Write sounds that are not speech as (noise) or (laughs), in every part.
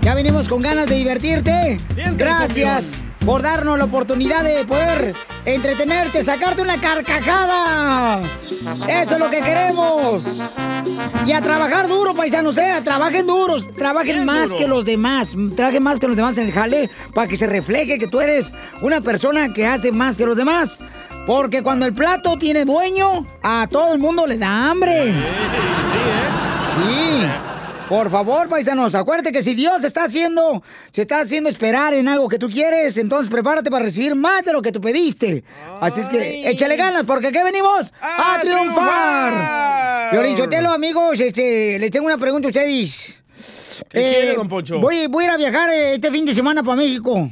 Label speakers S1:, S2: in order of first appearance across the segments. S1: quedamos con ganas de divertirte. Gracias por darnos la oportunidad de poder entretenerte, sacarte una carcajada. Eso es lo que queremos. Y a trabajar duro, paisanos, ¿eh? Trabajen duros, trabajen
S2: Bien
S1: más
S2: duro.
S1: que los demás. Trabajen más que los demás en el jale para que se refleje que tú eres una persona que hace más que los demás. Porque cuando el plato tiene dueño, a todo el mundo le da hambre. Sí. Por favor, paisanos, acuérdate que si Dios está haciendo, se está haciendo esperar en algo que tú quieres, entonces prepárate para recibir más de lo que tú pediste. Así es que échale ganas, porque aquí venimos a, triunfar. Piorinchotelo, amigos, este, les tengo una pregunta a ustedes. Eh,
S3: ¿Qué quiere, don Poncho?
S1: Voy, voy a ir a viajar eh, este fin de semana para México.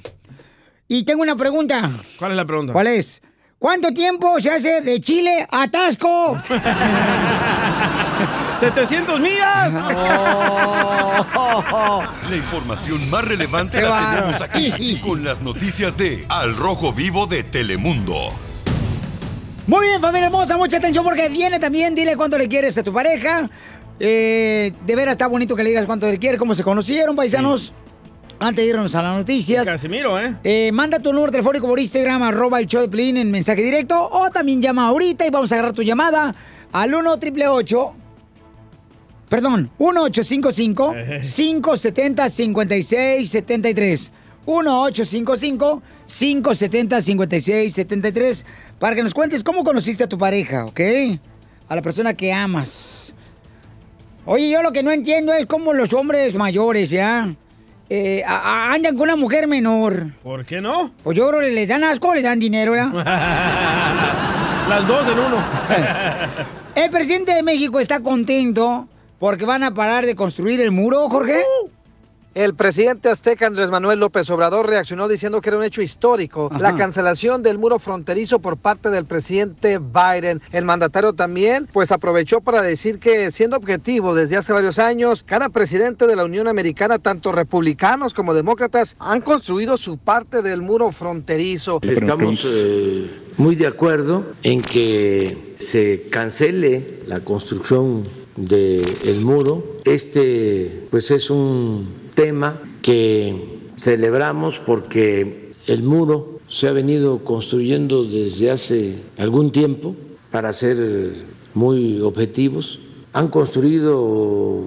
S1: Y tengo una pregunta.
S3: ¿Cuál es la pregunta?
S1: ¿Cuál es? ¿Cuánto tiempo se hace de Chile a
S3: (laughs)
S1: Tasco?
S3: 700 millas.
S4: La información más relevante
S3: Qué
S4: la
S3: bárbaro.
S4: tenemos aquí, aquí, con las noticias de Al Rojo Vivo de Telemundo.
S1: Muy bien, familia hermosa, mucha atención porque viene también, dile cuánto le quieres a tu pareja. Eh, de veras está bonito que le digas cuánto le quieres, cómo se conocieron, paisanos. Antes de irnos a las noticias.
S3: Casimiro, ¿eh?
S1: Eh, manda tu número telefónico por Instagram, arroba el show de Piolín en mensaje directo. O también llama ahorita y vamos a agarrar tu llamada al 1 888 Perdón, 1855 570 5673 1855 570 5673 para que nos cuentes cómo conociste a tu pareja, ¿ok? A la persona que amas. Oye, yo lo que no entiendo es cómo los hombres mayores, ¿ya? Eh, a- a- andan con una mujer menor.
S3: ¿Por qué no? (laughs)
S1: Pues yo creo que les dan asco, les dan dinero,
S5: (laughs)
S1: ¿ya?
S3: Las dos en uno.
S1: El presidente de México está contento porque van a parar de construir el muro, Jorge.
S6: Uh. El presidente azteca Andrés Manuel López Obrador reaccionó diciendo que era un hecho histórico
S1: Ajá.
S6: la cancelación del muro fronterizo por parte del presidente Biden. El mandatario también pues aprovechó para decir que siendo objetivo desde hace varios años, cada presidente de la Unión Americana, tanto republicanos como demócratas, han construido su parte del muro fronterizo.
S7: Estamos eh, muy de acuerdo en que se cancele la construcción del muro. Este pues es un tema que celebramos porque el muro se ha venido construyendo desde hace algún tiempo para ser muy objetivos. Han construido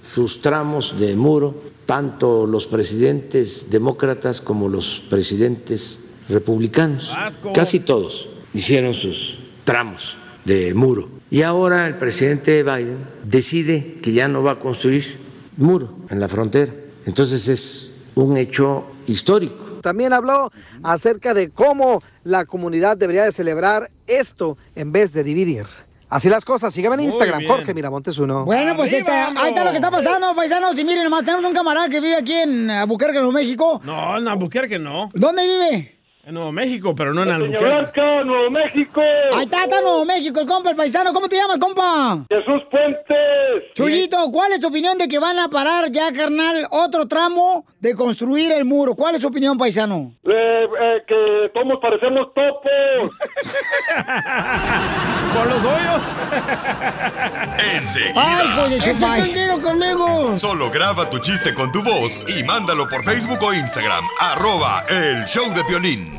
S7: sus tramos de muro, tanto los presidentes demócratas como los presidentes republicanos. Casi todos hicieron sus tramos de muro. Y ahora el presidente Biden decide que ya no va a construir muro en la frontera. Entonces es un hecho histórico.
S6: También habló acerca de cómo la comunidad debería de celebrar esto en vez de dividir. Así las cosas, síganme en
S1: Muy
S6: Instagram,
S1: bien.
S6: Jorge Miramontes uno.
S1: Bueno, pues está- ahí está lo que está
S5: ¡Eh!
S1: pasando, paisanos. Y miren, nomás tenemos un camarada que vive aquí en Albuquerque, Nuevo México.
S3: No, en Albuquerque no.
S1: ¿Dónde vive?
S3: En Nuevo México, pero no en Albuquerque.
S5: Peñalarca, Nuevo México.
S1: Ahí está, está Nuevo México, el compa, el paisano. ¿Cómo te llamas, compa?
S5: Jesús Puentes.
S1: Chuyito, ¿cuál es tu opinión de que van a parar ya, carnal, otro tramo de construir el muro? ¿Cuál es tu opinión, paisano?
S5: Eh, eh, que todos parecemos topos.
S2: Eh,
S3: Por los hoyos.
S4: Enseguida.
S1: conmigo!
S4: Solo graba tu chiste con tu voz y mándalo por Facebook o Instagram. Arroba el show de violín.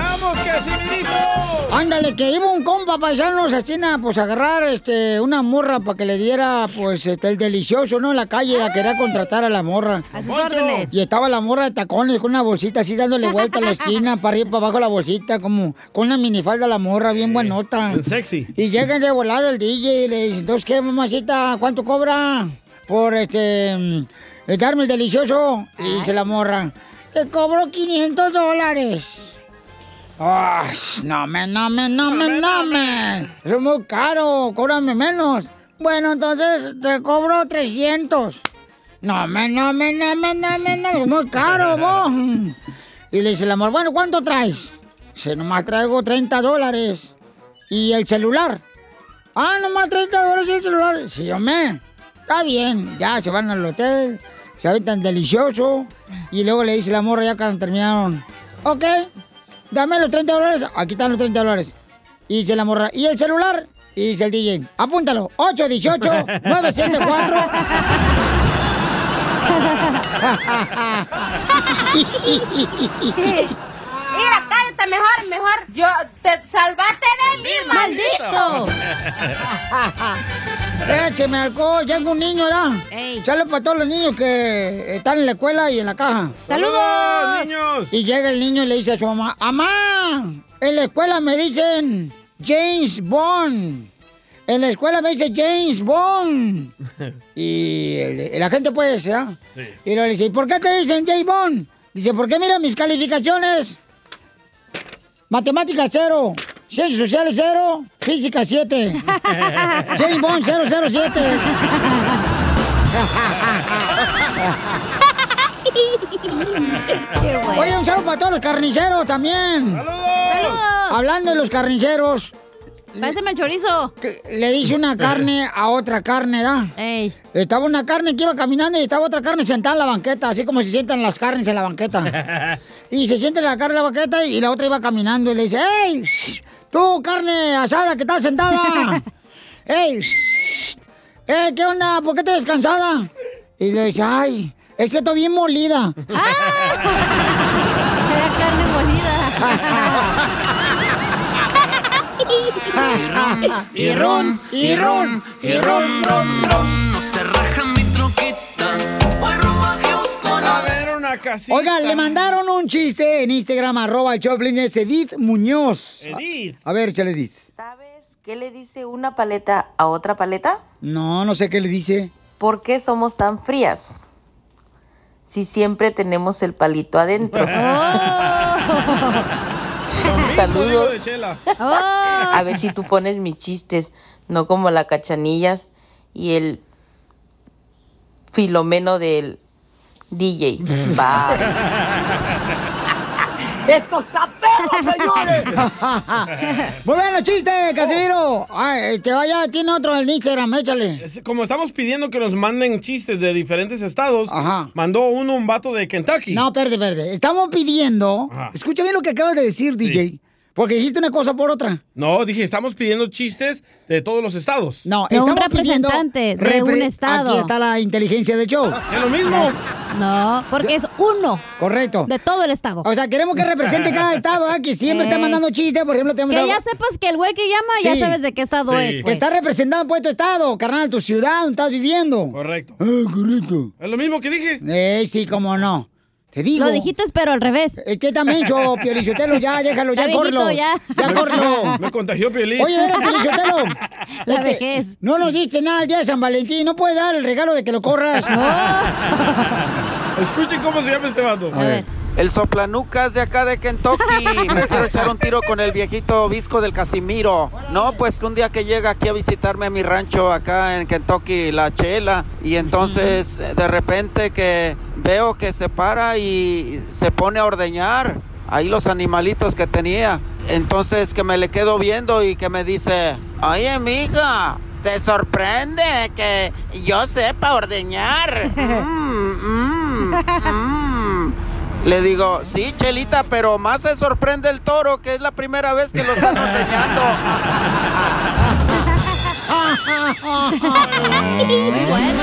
S3: ¡Vamos, Casimirito!
S1: Ándale, que iba un compa paisanos así, na, pues a agarrar este, una morra para que le diera pues este, el delicioso, ¿no? En la calle la quería contratar a la morra.
S8: A sus órdenes.
S1: Y estaba la morra de tacones con una bolsita así dándole vuelta a la esquina,
S8: (laughs)
S1: para arriba y para abajo la bolsita, como con una minifalda la morra, bien buenota.
S3: Sexy.
S1: Y llegan de volada el DJ y le dicen, entonces, ¿qué, mamacita? ¿Cuánto cobra por este mm, eh, darme el delicioso? Y dice la morra, te cobro 500 dólares. Ah, no me, no me, no me, no me. Eso es muy caro, cóbrame menos. Bueno, entonces te cobro 300. No me, no me, no me, no me, no me. Es muy caro, vos. Y le dice el amor, bueno, ¿cuánto traes? Dice, nomás traigo 30 dólares. ¿Y el celular? Ah, nomás 30 dólares el celular. Sí, hombre. Está bien, ya se van al hotel. sabe tan delicioso. Y luego le dice la morra ya cuando terminaron, ok, dame los 30 dólares, aquí están los 30 dólares. Y dice la morra, ¿y el celular? Y dice el DJ, apúntalo, 818-974.
S9: Mira, cállate mejor, mejor. Yo te salvaste de mí, maldito.
S1: Écheme alcohol, ya tengo un niño, ¿verdad?
S9: Ey.
S1: Saludos para todos los niños que están en la escuela y en la caja.
S3: ¡Saludos, niños!
S1: Y llega el niño y le dice a su mamá, ¡Mamá! En la escuela me dicen James Bond. En la escuela me dice James Bond. y el- la gente puede ser, ¿ah?
S3: Sí.
S1: Y luego le dice, "¿Y ¿por qué te dicen James Bond? Dice, ¿por qué mira mis calificaciones? Matemáticas cero, ciencias sociales cero, física siete. James Bond 007.
S9: Qué bueno.
S1: Oye, un saludo para todos los carniceros también.
S9: ¡Saludos!
S1: Hablando de los carniceros,
S9: Pásame el chorizo.
S1: que le dice una carne a otra carne, ¿da?
S9: Ey.
S1: Estaba una carne que iba caminando y estaba otra carne sentada en la banqueta, así como se sientan las carnes en
S9: (laughs)
S1: la banqueta. Y se siente la carne en la banqueta y la otra iba caminando y le dice, ¡Ey! ¡Tú, carne asada que
S9: (laughs)
S1: estás sentada! ¡Ey! ¡Eh, qué onda! ¿Por qué te descansada? Y le dice, ¡ay! Es que estoy bien molida.
S9: Ah. Era carne molida.
S1: (laughs) y ron, y ron, y ron, ron, ron.
S3: A ver, una casita.
S1: Oiga, le mandaron un chiste en Instagram, arroba el Choplin, es Edith Muñoz.
S3: Edith.
S1: A ver, échale Edith.
S8: ¿Sabes qué le dice una paleta a otra paleta?
S1: No, no sé qué le
S3: (laughs)
S1: dice.
S8: ¿Por qué somos tan frías? Si siempre tenemos el palito adentro.
S3: Domingo, digo, de
S8: Saludos.
S3: Chela.
S9: ¡Oh!
S8: A ver si tú pones mis chistes, no como la cachanillas y el filomeno del DJ. Bye.
S1: (laughs) Muy bien, los chistes, Casimiro. Ay, te vaya, tiene otro en Instagram, échale.
S3: Es- Como estamos pidiendo que nos manden chistes de diferentes estados,
S1: Ajá.
S3: mandó uno un vato de Kentucky.
S1: No, perde, perde. Estamos pidiendo.
S3: Ajá.
S1: Escucha bien lo que acabas de decir, DJ. Porque dijiste una cosa por otra.
S3: No, dije, estamos pidiendo chistes de todos los estados.
S1: No,
S9: No, un
S1: estamos pidiendo
S9: representante de un estado.
S1: Aquí está la inteligencia de show.
S3: Es lo mismo.
S9: No, porque es uno
S1: Correcto.
S9: de todo el estado.
S1: O sea, queremos que represente cada estado, ¿ah? que siempre está
S9: Ey.
S1: mandando chistes. Por ejemplo, tenemos
S9: Que
S1: a-
S9: ya sepas que el güey que llama ya
S1: Sí.
S9: sabes de qué estado
S3: Sí.
S9: es.
S1: que
S9: Pues.
S1: está representado pues tu estado, carnal, tu ciudad donde estás viviendo.
S3: Correcto.
S1: Ah, correcto.
S3: Es lo mismo que dije.
S1: Eh, sí, cómo no. Te digo. Eh,
S9: Lo dijiste, pero al revés.
S1: Es que también,
S9: (laughs)
S1: yo, Piolichotelo, ya, déjalo, ya,
S9: Está viejito,
S1: corlo.
S9: ya.
S1: Ya, corlo.
S3: Me contagió Piolín.
S1: Oye, mira, Piolichotelo.
S9: (laughs) La vejez.
S1: Este, No nos diste nada el día de San Valentín. No puedes dar el regalo de que lo corras.
S9: (laughs)
S3: Escuchen cómo se llama este vato.
S9: A ver.
S10: El soplanucas de acá de Kentucky. Me quiero echar un tiro con el viejito obisco del Casimiro. No, pues un día que llega aquí a visitarme a mi rancho acá en Kentucky, la chela. Y entonces eh, de repente que veo que se para y se pone a ordeñar ahí los animalitos que tenía. Entonces que me le quedo viendo y que me dice, oye amiga, te sorprende que yo sepa
S9: (laughs)
S10: ordeñar. Mm, mm, mm". Le digo, sí, Chelita, pero más se sorprende el toro, que es la primera vez que lo
S1: (laughs)
S10: están ordeñando.
S9: Muy bueno.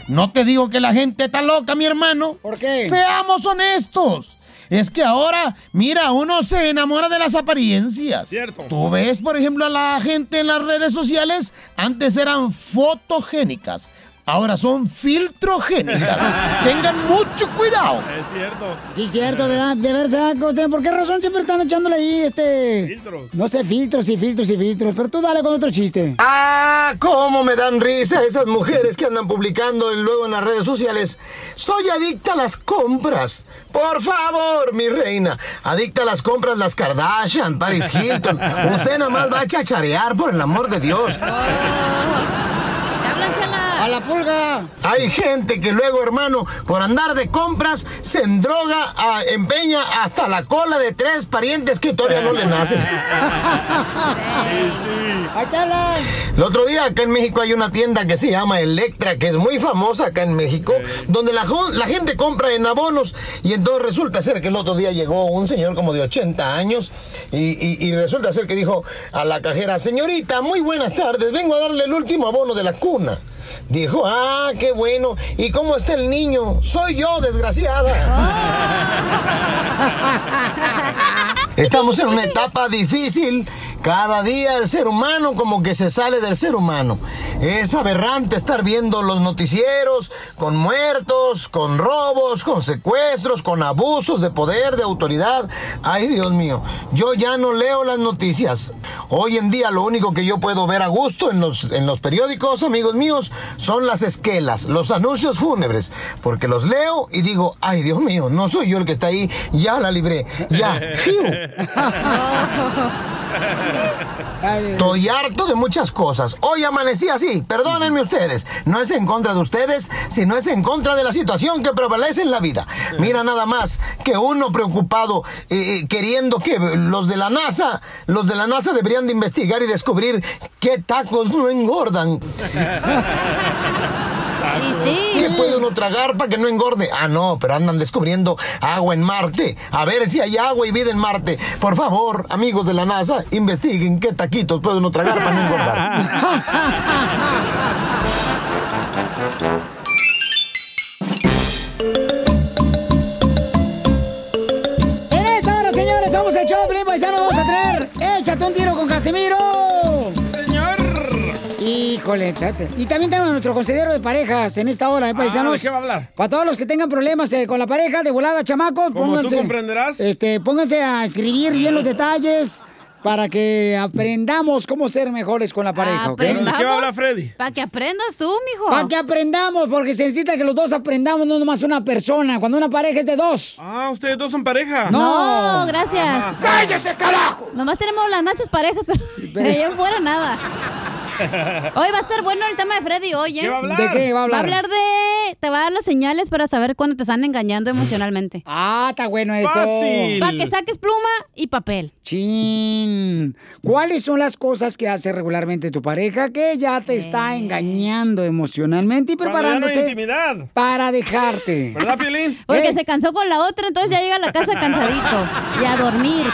S10: No te digo que la gente está loca, mi hermano. ¿Por
S1: qué?
S10: Seamos honestos. Es que ahora, mira, uno se enamora de las apariencias.
S3: Cierto.
S10: Tú ves, por ejemplo, a la gente en las redes sociales, antes eran fotogénicas, ahora son filtrogénicas. Tengan mucho cuidado.
S3: Es cierto.
S1: Sí, cierto, de, de verse, ah, costeño. ¿Por qué razón siempre están echándole ahí este.
S3: Filtros.
S1: No sé, filtros y filtros y filtros. Pero tú dale con otro chiste.
S11: ¡Ah! ¿Cómo me dan risa esas mujeres que andan publicando y luego en las redes sociales? Soy adicta a las compras. Por favor, mi reina. Adicta a las compras las Kardashian, Paris Hilton. Usted nada más va a chacharear, por el amor de Dios.
S1: ¡A la pulga!
S11: Hay gente que luego, hermano, por andar de compras, se endroga, a- empeña hasta la cola de tres parientes que todavía no le nacen. El otro día acá en México hay una tienda que se llama Electra, que es muy famosa acá en México, donde la, jo- la gente compra en abonos y entonces resulta ser que el otro día llegó un señor como de 80 años y, y- y resulta ser que dijo a la cajera, señorita, muy buenas tardes, vengo a darle el último abono de la cuna. Dijo, ah, qué bueno, ¿y cómo está el niño? Soy yo, desgraciada. Estamos en una etapa difícil. Cada día el ser humano como que se sale del ser humano. Es aberrante estar viendo los noticieros con muertos, con robos, con secuestros, con abusos de poder, de autoridad. Ay, Dios mío, yo ya no leo las noticias. Hoy en día lo único que yo puedo ver a gusto en los, en los periódicos, amigos míos, son las esquelas, los anuncios fúnebres, porque los leo y digo, ay, Dios mío, no soy yo el que está ahí, ya la libré, ya, ¡Jiu! (laughs) Estoy harto de muchas cosas. Hoy amanecí así, perdónenme ustedes. No es en contra de ustedes, sino es en contra de la situación que prevalece en la vida. Mira nada más que uno preocupado eh, queriendo que los de la NASA, los de la NASA deberían de investigar y descubrir qué tacos no engordan. (laughs)
S9: Y sí.
S11: ¿Qué puede uno tragar para que no engorde? Ah, no, pero andan descubriendo agua en Marte. A ver si hay agua y vida en Marte. Por favor, amigos de la NASA, investiguen qué taquitos puede uno tragar para no engordar.
S1: En esta hora, señores, somos el show, de Piolín Paisano. Vamos a traer Échate un tiro con Casimiro. Señor. Híjole, chate. Y también tenemos a nuestro consejero de parejas en esta hora, ¿eh, paisanos?
S3: Ah, ¿de qué va a hablar?
S1: Para todos los que tengan problemas eh, con la pareja, de volada, chamacos,
S3: Como tú comprenderás.
S1: Este, pónganse a escribir bien los detalles para que aprendamos cómo ser mejores con la pareja, ¿ok?
S9: pues. Para que aprendas tú, mijo.
S1: Para que aprendamos, porque se necesita que los dos aprendamos, no nomás una persona. Cuando una pareja es de dos.
S3: Ah, ustedes dos son pareja.
S9: No, gracias.
S1: ¡Cállese, carajo!
S9: Nomás tenemos las nachas parejas, pero de ahí en fuera nada. Hoy va a estar bueno el tema de Freddy hoy, ¿eh?
S1: ¿Qué va a hablar? ¿De qué va a hablar?
S9: de... Te va a dar las señales para saber cuándo te están engañando emocionalmente.
S1: Ah, está bueno eso. Fácil.
S9: Para que saques pluma y papel.
S1: Chin. ¿Cuáles son las cosas que hace regularmente tu pareja que ya te está engañando emocionalmente y
S9: Eh. Cuando ya no hay
S1: preparándose para dejarte?
S3: ¿Verdad, Piolín?
S9: Porque
S1: Ey.
S9: se cansó con la otra, entonces ya llega a la casa cansadito. Y a dormir.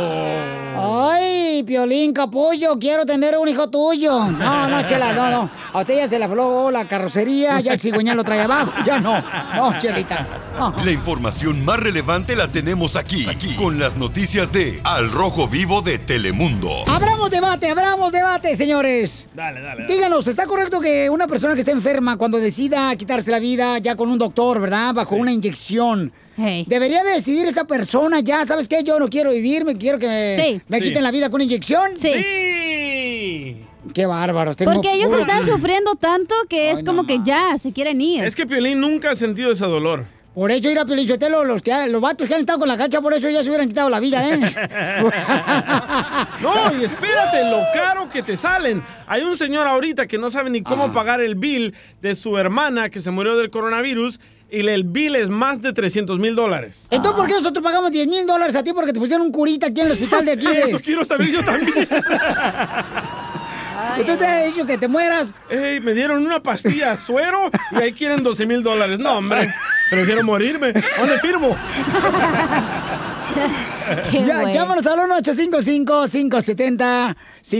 S9: Oh.
S1: Ay, Piolín Capullo, quiero tener un hijo tuyo. No, no, Chela, no, no. A usted ya se le aflojó la carrocería, ya el cigüeñal lo trae abajo. Ya no. No, Oh, Chelita.
S4: La información más relevante la tenemos aquí, aquí, con las noticias de Al Rojo Vivo de Telemundo.
S1: Abramos debate, abramos debate, señores.
S3: Dale, dale. dale.
S1: Díganos, ¿está correcto que una persona que está enferma cuando decida quitarse la vida ya con un doctor, ¿verdad? Bajo una inyección. ¿Debería decidir esa persona ya? ¿Sabes qué? Yo no quiero vivir, me quiero que me,
S9: Sí.
S1: me
S9: Sí.
S1: quiten la vida con inyección.
S9: Sí.
S1: Qué bárbaros. tengo
S9: Porque ellos
S1: puro- (laughs)
S9: están sufriendo tanto que es como que ya se quieren ir.
S3: Es que Piolín nunca ha sentido ese
S1: (laughs)
S3: dolor.
S1: Por eso ir a Pelichotelo, los, que, los vatos que han estado con la cacha, por eso ya se hubieran quitado la vida,
S3: (laughs)
S1: ¿eh?
S3: No, y espérate, lo caro que te salen. Hay un señor ahorita que no sabe ni cómo
S1: Ah.
S3: pagar el bill de su hermana que se murió del coronavirus y el bill es más de 300 mil dólares.
S1: Entonces, ¿por qué nosotros pagamos 10 mil dólares a ti porque te pusieron un curita aquí en el hospital de
S3: (laughs)
S1: aquí? de-
S3: Eso quiero saber yo (laughs) también.
S1: Entonces, te he dicho que te mueras.
S3: Ey, me dieron una pastilla suero y ahí quieren 12 mil dólares. No, hombre, prefiero morirme. ¿Dónde firmo?
S1: Ya- Llámanos al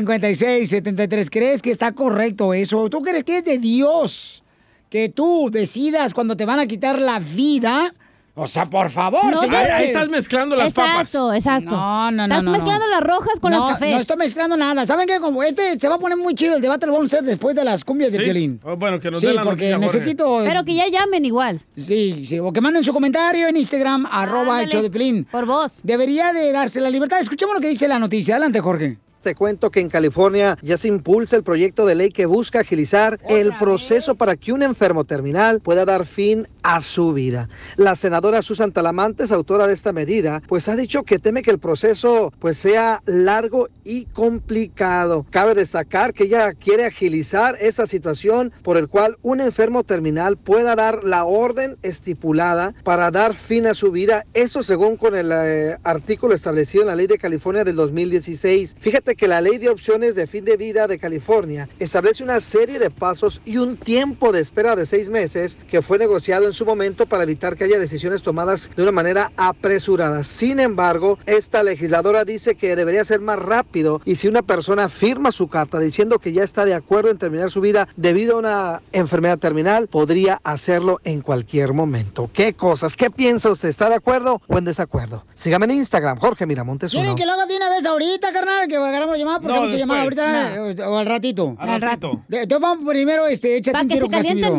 S1: 1-855-570-5673. ¿Crees que está correcto eso? ¿Tú crees que es de Dios que tú decidas cuando te van a quitar la vida? O sea, por favor.
S9: No
S1: señores.
S9: dejes. Ahí estás mezclando las Exacto, papas. exacto.
S1: No, no, no.
S9: Estás
S1: no, no.
S9: mezclando las rojas con
S1: No,
S9: las cafés.
S1: No estoy mezclando nada. ¿Saben qué? Como este se va a poner muy chido el debate, lo vamos a hacer después de las cumbias de
S3: Sí.
S1: violín.
S3: Oh, Bueno, que nos
S1: Sí,
S3: den la
S1: porque
S3: noticia, Jorge.
S1: necesito.
S9: Pero que ya llamen igual.
S1: Sí, sí. O que manden su comentario en Instagram, arroba el show de Piolín. Por vos. Debería de darse la libertad. Escuchemos lo que dice la noticia. Adelante, Jorge.
S6: Te cuento que en California ya se impulsa el proyecto de ley que busca agilizar el proceso para que un enfermo terminal pueda dar fin a su vida. La senadora Susan Talamantes, autora de esta medida, pues ha dicho que teme que el proceso pues sea largo y complicado. Cabe destacar que ella quiere agilizar esta situación por el cual un enfermo terminal pueda dar la orden estipulada para dar fin a su vida. Eso según con el eh, artículo establecido en la ley de California del 2016. Fíjate que la ley de opciones de fin de vida de California establece una serie de pasos y un tiempo de espera de seis meses que fue negociado en su momento para evitar que haya decisiones tomadas de una manera apresurada. Sin embargo, esta legisladora dice que debería ser más rápido y si una persona firma su carta diciendo que ya está de acuerdo en terminar su vida debido a una enfermedad terminal, podría hacerlo en cualquier momento. ¿Qué cosas? ¿Qué piensa usted? ¿Está de acuerdo o en desacuerdo? Sígame en Instagram, Jorge Miramontes. uno.
S1: ¿Quieren que lo haga de una vez ahorita, carnal? Que agarramos llamada porque
S6: No,
S1: hay mucha llamada
S6: después.
S1: ahorita eh, o, o al ratito.
S6: Al Al ratito. ratito.
S1: De- Entonces vamos primero, este, échate
S9: Pa'
S1: un
S9: que
S1: tiro
S9: se
S1: con Casimiro.
S9: calienten
S1: (laughs)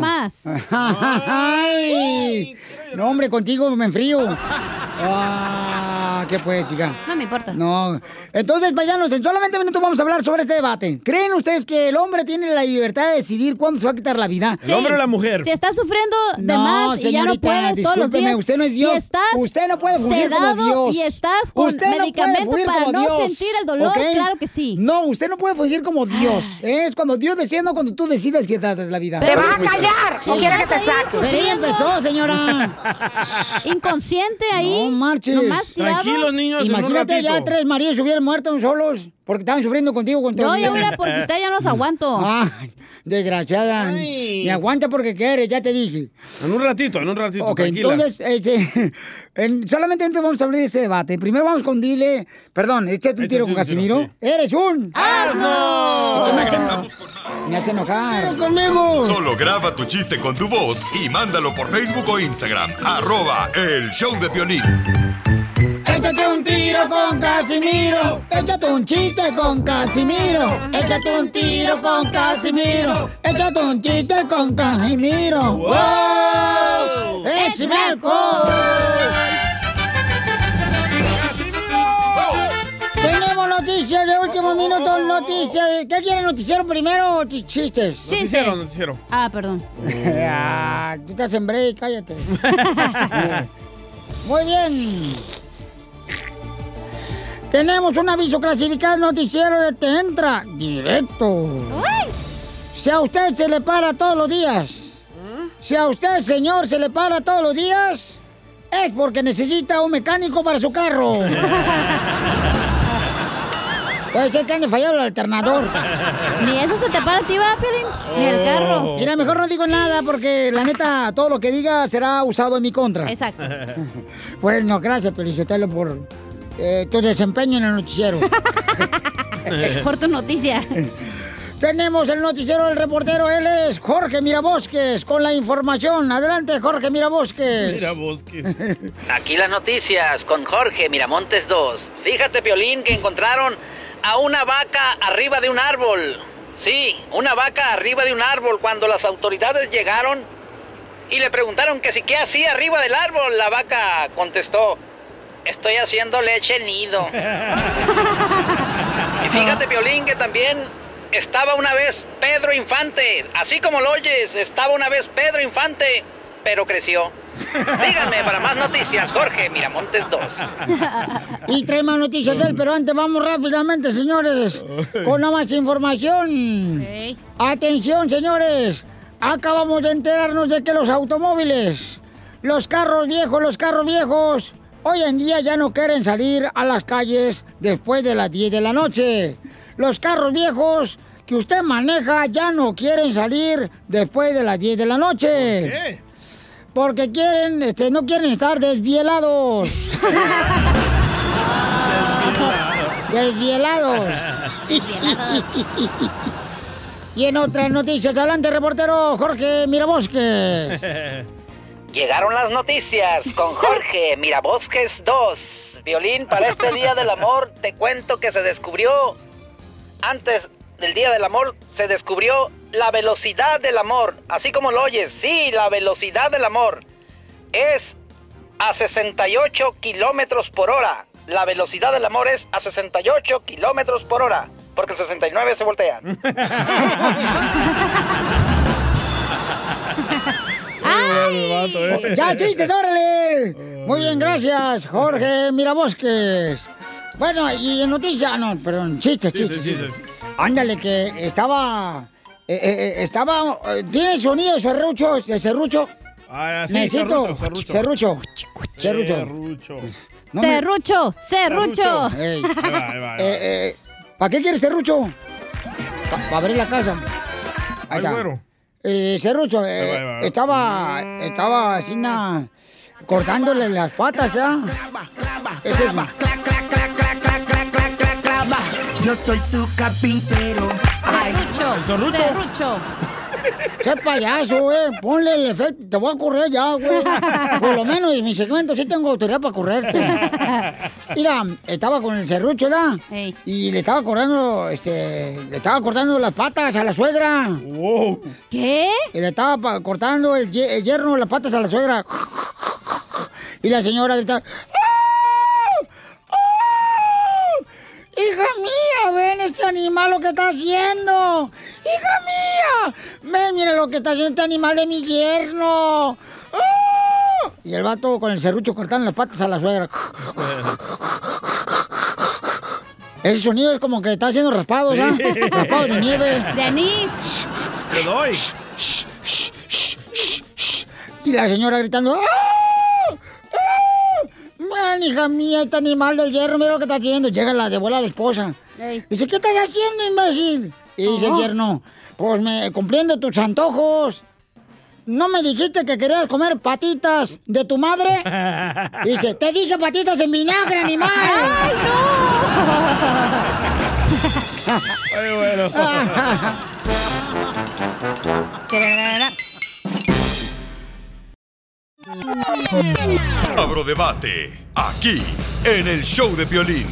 S9: más.
S3: (laughs)
S1: Ay, no, hombre, contigo me enfrío. Ah, No, ¿qué pues, hija?
S9: No me importa.
S1: No. Entonces, paisanos, en solamente minutos vamos a hablar sobre este debate. ¿Creen ustedes que el hombre tiene la libertad de decidir cuándo se va a quitar la vida?
S3: ¿El Sí. hombre o la mujer?
S9: Si está sufriendo de
S1: No,
S9: más y ya no
S1: señorita,
S9: puedes todos los
S1: discúlpeme,
S9: días.
S1: usted no es Dios.
S9: Y estás
S1: Usted no puede fugir como
S9: sedado
S1: Dios.
S9: Y estás con
S1: Usted no puede
S9: medicamentos
S1: fugir
S9: para
S1: como
S9: no
S1: Dios,
S9: sentir el dolor,
S1: ¿ok?
S9: claro que sí. Ah.
S1: No, usted no puede fugir como Dios. Es cuando Dios decide, no cuando tú decides que das la vida.
S9: Pero vas a callar,
S1: Sí.
S9: o quieres que te saque.
S1: Pero ella empezó, señora.
S9: (laughs) Inconsciente ahí.
S1: No marches.
S9: Nomás tirado.
S1: Imagínate ya tres maridos hubieran muerto solos porque estaban sufriendo contigo con Ah, todo.
S9: Yo ya hubiera, porque usted ya no los aguanto.
S1: Ay, desgraciada. Me aguanta porque quiere, ya te dije.
S3: En un ratito, en un ratito.
S1: Ok,
S3: tranquila.
S1: entonces, este, (laughs) en- solamente entonces vamos a abrir este debate. Primero vamos con Dile, perdón, échate un tiro con Casimiro. ¡Eres un!
S4: no!
S1: Este me hace- Me hace enojar.
S4: Solo graba tu chiste con tu voz y mándalo por Facebook o Instagram. Arroba el show de Piolín.
S1: Échate un tiro con Casimiro. Échate un chiste con Casimiro. Échate un tiro con Casimiro. Échate un chiste con Casimiro. ¡Wow! ¡Échame alcohol! Tenemos noticias de último minuto, noticias. de- ¿Qué quieren noticiero primero o chi- chistes?
S3: Noticiero, noticiero.
S1: Ah, perdón. (laughs) ah, tú estás en break, cállate. Muy bien. Tenemos un aviso clasificado noticiero de Te Entra Directo.
S3: Oh.
S1: Si a usted se le para todos los días, si a usted, señor, se le para todos los días, es porque necesita un mecánico para su
S9: (laughs)
S1: carro. Puede ser que ande fallado el alternador.
S9: Ni eso se te para a ti, va, Piolín? Ni el carro.
S1: Oh. Mira, mejor no digo nada porque la neta, todo lo que diga será usado en mi contra.
S9: Exacto.
S1: Bueno, gracias, Felicitelo, por eh, tu desempeño en el noticiero.
S9: (laughs) Por tu noticia.
S1: Tenemos el noticiero del reportero, él es Jorge Mirabosques, con la información. Adelante, Jorge Mirabosques.
S3: Mirabosques.
S12: (laughs) Aquí las noticias con Jorge Miramontes 2. Fíjate, Piolín, que encontraron a una vaca arriba de un árbol. Sí, una vaca arriba de un árbol cuando las autoridades llegaron y le preguntaron que si qué hacía arriba del árbol. La vaca contestó, estoy haciendo leche nido. Y fíjate, Piolín, que también estaba una vez Pedro Infante. Así como lo oyes, estaba una vez Pedro Infante, pero creció. Síganme para más noticias, Jorge Miramontes 2.
S1: Y trae más noticias él, pero antes vamos rápidamente, señores, con la más información. Atención, señores, acabamos de enterarnos de que los automóviles, los carros viejos, los carros viejos, hoy en día ya no quieren salir a las calles después de las 10 de la noche. Los carros viejos que usted maneja ya no quieren salir después de las 10 de la noche. Eh. Porque quieren, este, no quieren estar desvielados. Desvielados. (laughs) y en otras noticias, adelante, reportero Jorge Mirabosques.
S12: (laughs) Llegaron las noticias con Jorge Mirabosques 2. Violín, para este Día del Amor te cuento que se descubrió, antes del Día del Amor, se descubrió la velocidad del amor. Así como lo oyes, sí, la velocidad del amor es a 68 kilómetros por hora. La velocidad del amor es a 68 kilómetros por hora, porque el 69 se voltea.
S1: Oh, ¡Ya chistes, eh. órale! Muy bien, gracias, Jorge Mirabosques. Bueno, y en noticias, no, perdón, chistes, chistes. chistes. Ándale, que estaba. eh, eh, eh, estaba. eh, ¿Tiene sonido serrucho? ¿De serrucho?
S3: Ah, sí,
S1: Necesito.
S3: serrucho,
S1: Serrucho. Serrucho. No me-
S9: Serrucho, serrucho.
S1: Ey. Eh, eh, ¿Para qué quieres serrucho? Para abrir la casa.
S9: Ay,
S1: Ahí está.
S9: güero.
S1: Eh, serrucho, eh,
S9: Ahí va, ahí va.
S1: estaba, estaba así na- cortándole las patas ya. Este es-
S13: Yo soy su carpintero.
S9: Serrucho.
S1: (laughs)
S9: Serrucho.
S1: Che payaso, eh. Ponle el efecto. Te voy a correr ya, güey. Por lo menos en mi segmento sí tengo autoridad para correrte. Mira, estaba con el serrucho, ¿verdad? Y le estaba cortando, este, le estaba cortando las patas a la suegra.
S9: ¿Qué?
S1: Y le estaba pa- cortando el, ye- el yerno las patas a la suegra. Y la señora grita, ¡Ah!
S13: ¡Oh!
S1: Hija mía, ven este animal lo que está haciendo. Hija mía, ven, mira lo que está haciendo este animal de mi yerno. ¡Ah! Y el vato con el serrucho cortando las patas a la suegra. Ese sonido es como que está haciendo raspados, ¿ah?
S3: Sí.
S1: Raspados de nieve.
S3: De
S1: anís.
S3: Te doy.
S1: Y la señora gritando. ¡Ah! ¡Ah! Ven, hija mía, este animal del hierro, mira lo que está haciendo. Llega la devuelve a la esposa. Dice, ¿qué estás haciendo, imbécil? Y dice el
S2: Ajá.
S1: yerno, pues me, cumpliendo tus antojos. ¿No me dijiste que querías comer patitas de tu madre? Dice, te dije patitas en vinagre, animal.
S13: (laughs)
S1: ¡Ay,
S3: Ay, bueno.
S13: (laughs)
S4: Abro debate aquí en el show de Piolín.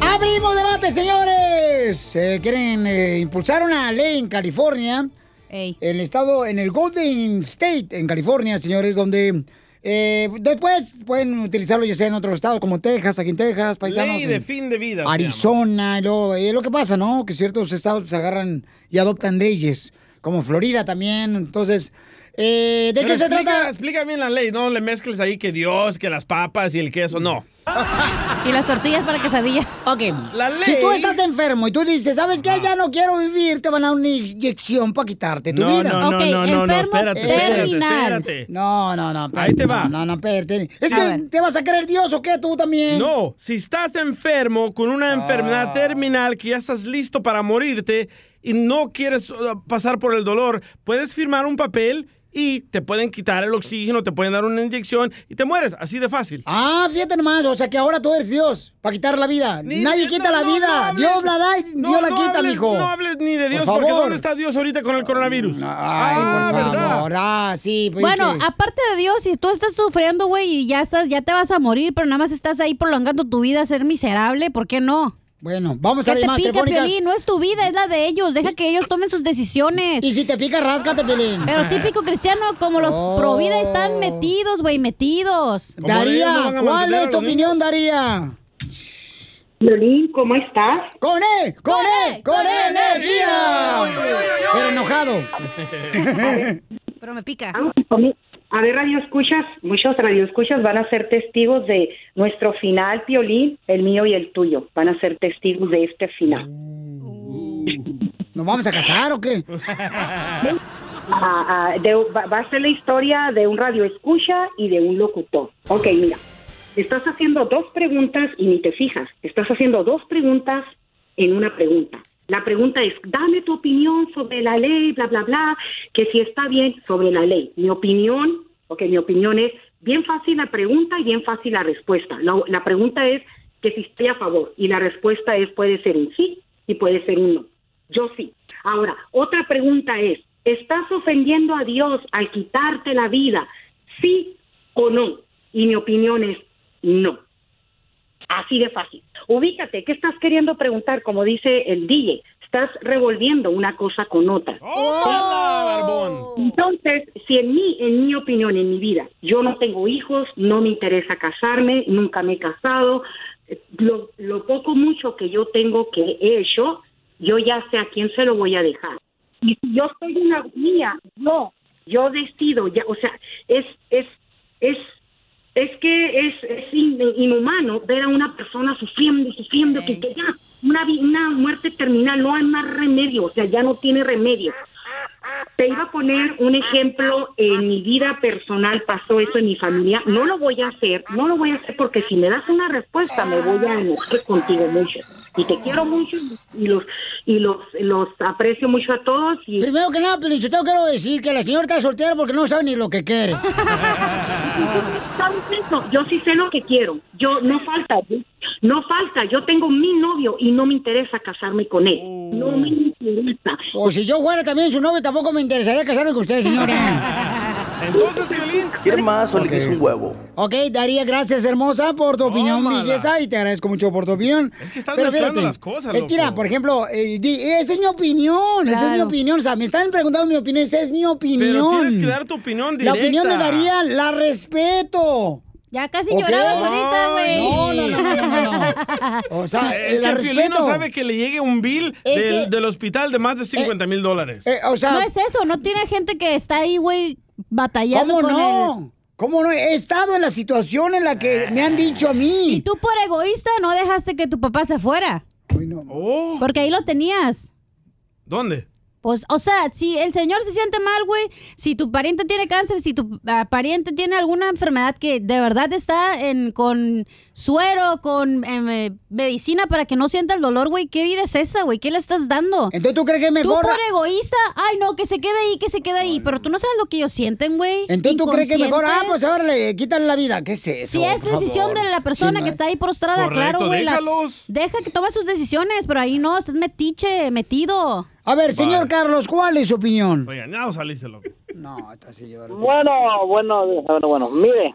S1: Abrimos debate, señores. Eh, quieren eh, impulsar una ley en California. El estado, en el Golden State, en California, señores, donde eh, después pueden utilizarlo ya sea en otros estados como Texas, aquí en Texas, paisanos.
S3: Ley de
S1: en
S3: fin de vida. se
S1: Arizona, y luego, eh, lo que pasa, ¿no? Que ciertos estados pues, agarran y adoptan leyes, como Florida también. Entonces, eh, ¿de
S3: Pero
S1: qué se
S3: explica-
S1: trata?
S3: Explica bien la ley, no le mezcles ahí que Dios, que las papas y el queso, no.
S1: Y las tortillas para quesadilla. Ok. Si
S3: ley-
S1: tú estás enfermo y tú dices, ¿sabes qué? Ya no quiero vivir, te van a dar una inyección para quitarte tu
S3: No,
S1: vida.
S3: no, no, Ok, no, no, no, enfermo espérate, espérate, terminal. espérate.
S1: No, no, no.
S3: Ahí te
S1: no,
S3: va.
S1: No, no, espérate. Es
S3: A
S1: que
S3: ver.
S1: te vas a querer Dios o qué, tú también.
S3: No, si estás enfermo con una
S1: Ah.
S3: enfermedad terminal que ya estás listo para morirte y no quieres uh, pasar por el dolor, puedes firmar un papel y te pueden quitar el oxígeno, te pueden dar una inyección y te mueres, así de fácil.
S1: Ah, fíjate nomás, o sea que ahora tú eres Dios para quitar la vida. Nadie quita la vida. Dios la da y
S3: No,
S1: Dios la
S3: no
S1: quita,
S3: hables-
S1: mijo.
S3: No hables ni de
S1: Por
S3: Dios, porque
S1: favor.
S3: ¿dónde está Dios ahorita con el coronavirus?
S1: Ay,
S3: Ah,
S1: por
S3: ¿verdad?
S1: favor. Ah, sí. pues,
S9: Bueno,
S1: ¿qué?
S9: aparte de Dios, si tú estás sufriendo, güey, y ya estás, ya te vas a morir, pero nada más estás ahí prolongando tu vida a ser miserable, ¿por qué no?
S1: Bueno, vamos a
S9: que
S1: ver
S9: te
S1: Pues más
S9: pica,
S1: telefónicas.
S9: Piolín, no es tu vida, es la de ellos. Deja que ellos tomen sus decisiones.
S1: Y si te pica, ráscate, Piolín.
S9: Pero típico cristiano, como los
S1: Oh.
S9: pro vida están metidos, güey, metidos.
S1: Daría, ¿cuál es tu opinión, Daría?
S14: Violín, ¿cómo estás?
S1: ¡Con él! ¡Con
S9: E,
S1: él! ¡Con él, energía! Pero enojado.
S9: Pero me pica.
S14: A ver, radio escuchas, muchos radio escuchas van a ser testigos de nuestro final, Piolín, el mío y el tuyo. Van a ser testigos de este final.
S1: Uh. ¿Nos vamos a casar o qué?
S14: Ah, ah, de- va, va a ser la historia de un radio escucha y de un locutor. Ok, mira, estás haciendo dos preguntas y ni te fijas. Estás haciendo dos preguntas en una pregunta. La pregunta es, dame tu opinión sobre la ley, bla, bla, bla, que si está bien sobre la ley. Mi opinión, ok, mi opinión es bien fácil la pregunta y bien fácil la respuesta. La, la pregunta es que si estoy a favor y la respuesta es puede ser un sí y puede ser un no. Yo sí. Ahora, otra pregunta es, ¿estás ofendiendo a Dios al quitarte la vida? ¿Sí o no? Y mi opinión es no. Así de fácil. Ubícate, ¿qué estás queriendo preguntar? Como dice el DJ, estás revolviendo una cosa con otra. Entonces, si en mí, en mi opinión, en mi vida, yo no tengo hijos, no me interesa casarme, nunca me he casado, eh, lo, lo poco mucho que yo tengo que he hecho, yo ya sé a quién se lo voy a dejar. Y si yo soy una mía, yo, yo decido, ya, o sea, es, es, es, es que es, es in- inhumano ver a una persona sufriendo, sufriendo, que, que ya, una, vi- una muerte terminal, no hay más remedio, o sea, ya no tiene remedio. Te iba a poner un ejemplo en mi vida personal, pasó eso en mi familia. No lo voy a hacer, no lo voy a hacer porque si me das una respuesta me voy a enojar contigo mucho. Y te quiero mucho y los y los, los aprecio mucho a todos. Y...
S1: Primero que nada, Piolín, yo quiero decir que la señora está soltera porque no sabe ni lo que quiere.
S14: (laughs) ¿Sabes eso? Yo sí sé lo que quiero. Yo no falta, yo- no falta. Yo tengo mi novio y no me interesa casarme con él. No me interesa.
S1: O si yo fuera también su novio, tampoco me interesaría casarme con usted, señora. (laughs)
S3: Entonces, Piolín.
S15: ¿Quiere más o le quiso un huevo?
S1: Ok, Daría, gracias, hermosa, por tu opinión,
S15: Tómala.
S1: belleza, y te agradezco mucho por tu opinión.
S3: Es que están
S1: Pero
S3: mezclando
S1: fíjate,
S3: las cosas,
S1: Es que, mira,
S3: loco.
S1: por ejemplo, eh, di- esa es mi opinión, esa es mi
S3: Claro.
S1: opinión, o sea, me están preguntando mi opinión, esa es mi opinión.
S3: Pero tienes que dar tu opinión directa.
S1: La opinión de Daría la respeto.
S9: Ya casi
S1: Ok.
S9: llorabas ahorita, güey.
S1: No, no, no, no, no, no. O sea, eh,
S3: es que
S1: la
S3: el Piolín no
S1: respeto.
S3: sabe que le llegue un bill
S9: Es
S3: del,
S9: que-
S3: del hospital de más de 50 mil dólares.
S1: Eh,
S9: no es eso, no tiene gente que está ahí, güey, batallando
S1: ¿Cómo
S9: con
S1: no? ¿Cómo no? He estado en la situación en la que me han dicho a mí.
S9: Y tú por egoísta no dejaste que tu papá se fuera. Porque ahí lo tenías.
S3: ¿Dónde?
S9: Pues, o sea, si el señor se siente mal, güey, si tu pariente tiene cáncer, si tu ah, pariente tiene alguna enfermedad que de verdad está en, con suero, con em, eh, medicina para que no sienta el dolor, güey, ¿qué vida es esa, güey? ¿Qué le estás dando?
S1: Entonces, ¿tú crees que es
S9: Tú
S1: mejor-
S9: por egoísta, ay, no, que se quede ahí, que se quede ahí, pero tú no sabes lo que ellos sienten, güey.
S1: Entonces tú crees que mejor, ah,
S9: Inconscientes.
S1: pues ahora le quitan la vida. ¿Qué es eso?
S9: Si es
S1: por
S9: decisión
S1: favor?
S9: de la persona que
S1: Sí, ma-
S9: está ahí prostrada,
S1: Correcto,
S9: claro, güey. la-
S1: déjalos.
S9: Deja que tome sus decisiones, pero ahí no, estás metiche, metido.
S1: A ver, señor Carlos, ¿cuál es su opinión?
S3: Oigan, ya os saliste loco.
S1: No, está así llorando.
S16: Bueno, bueno, bueno, bueno, mire,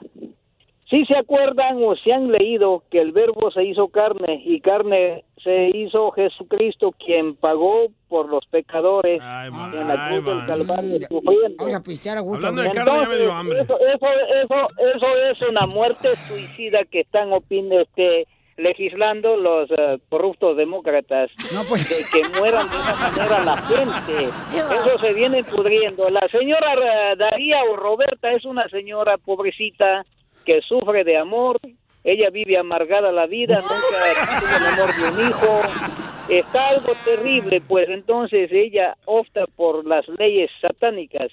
S16: si se acuerdan o si han leído que el verbo se hizo carne y carne se hizo Jesucristo quien pagó por los pecadores en la cruz del Calvario sufriendo.
S1: Pues,
S3: Hablando de carne, ya me dio hambre.
S16: Eso, eso, eso, eso es una muerte suicida que están opinando este legislando los eh, corruptos demócratas de que mueran de una manera la gente. Eso se viene pudriendo. La señora eh, Daría o Roberta es una señora pobrecita que sufre de amor. Ella vive amargada la vida, nunca tuvo el amor de un hijo. Está algo terrible, pues entonces ella opta por las leyes satánicas.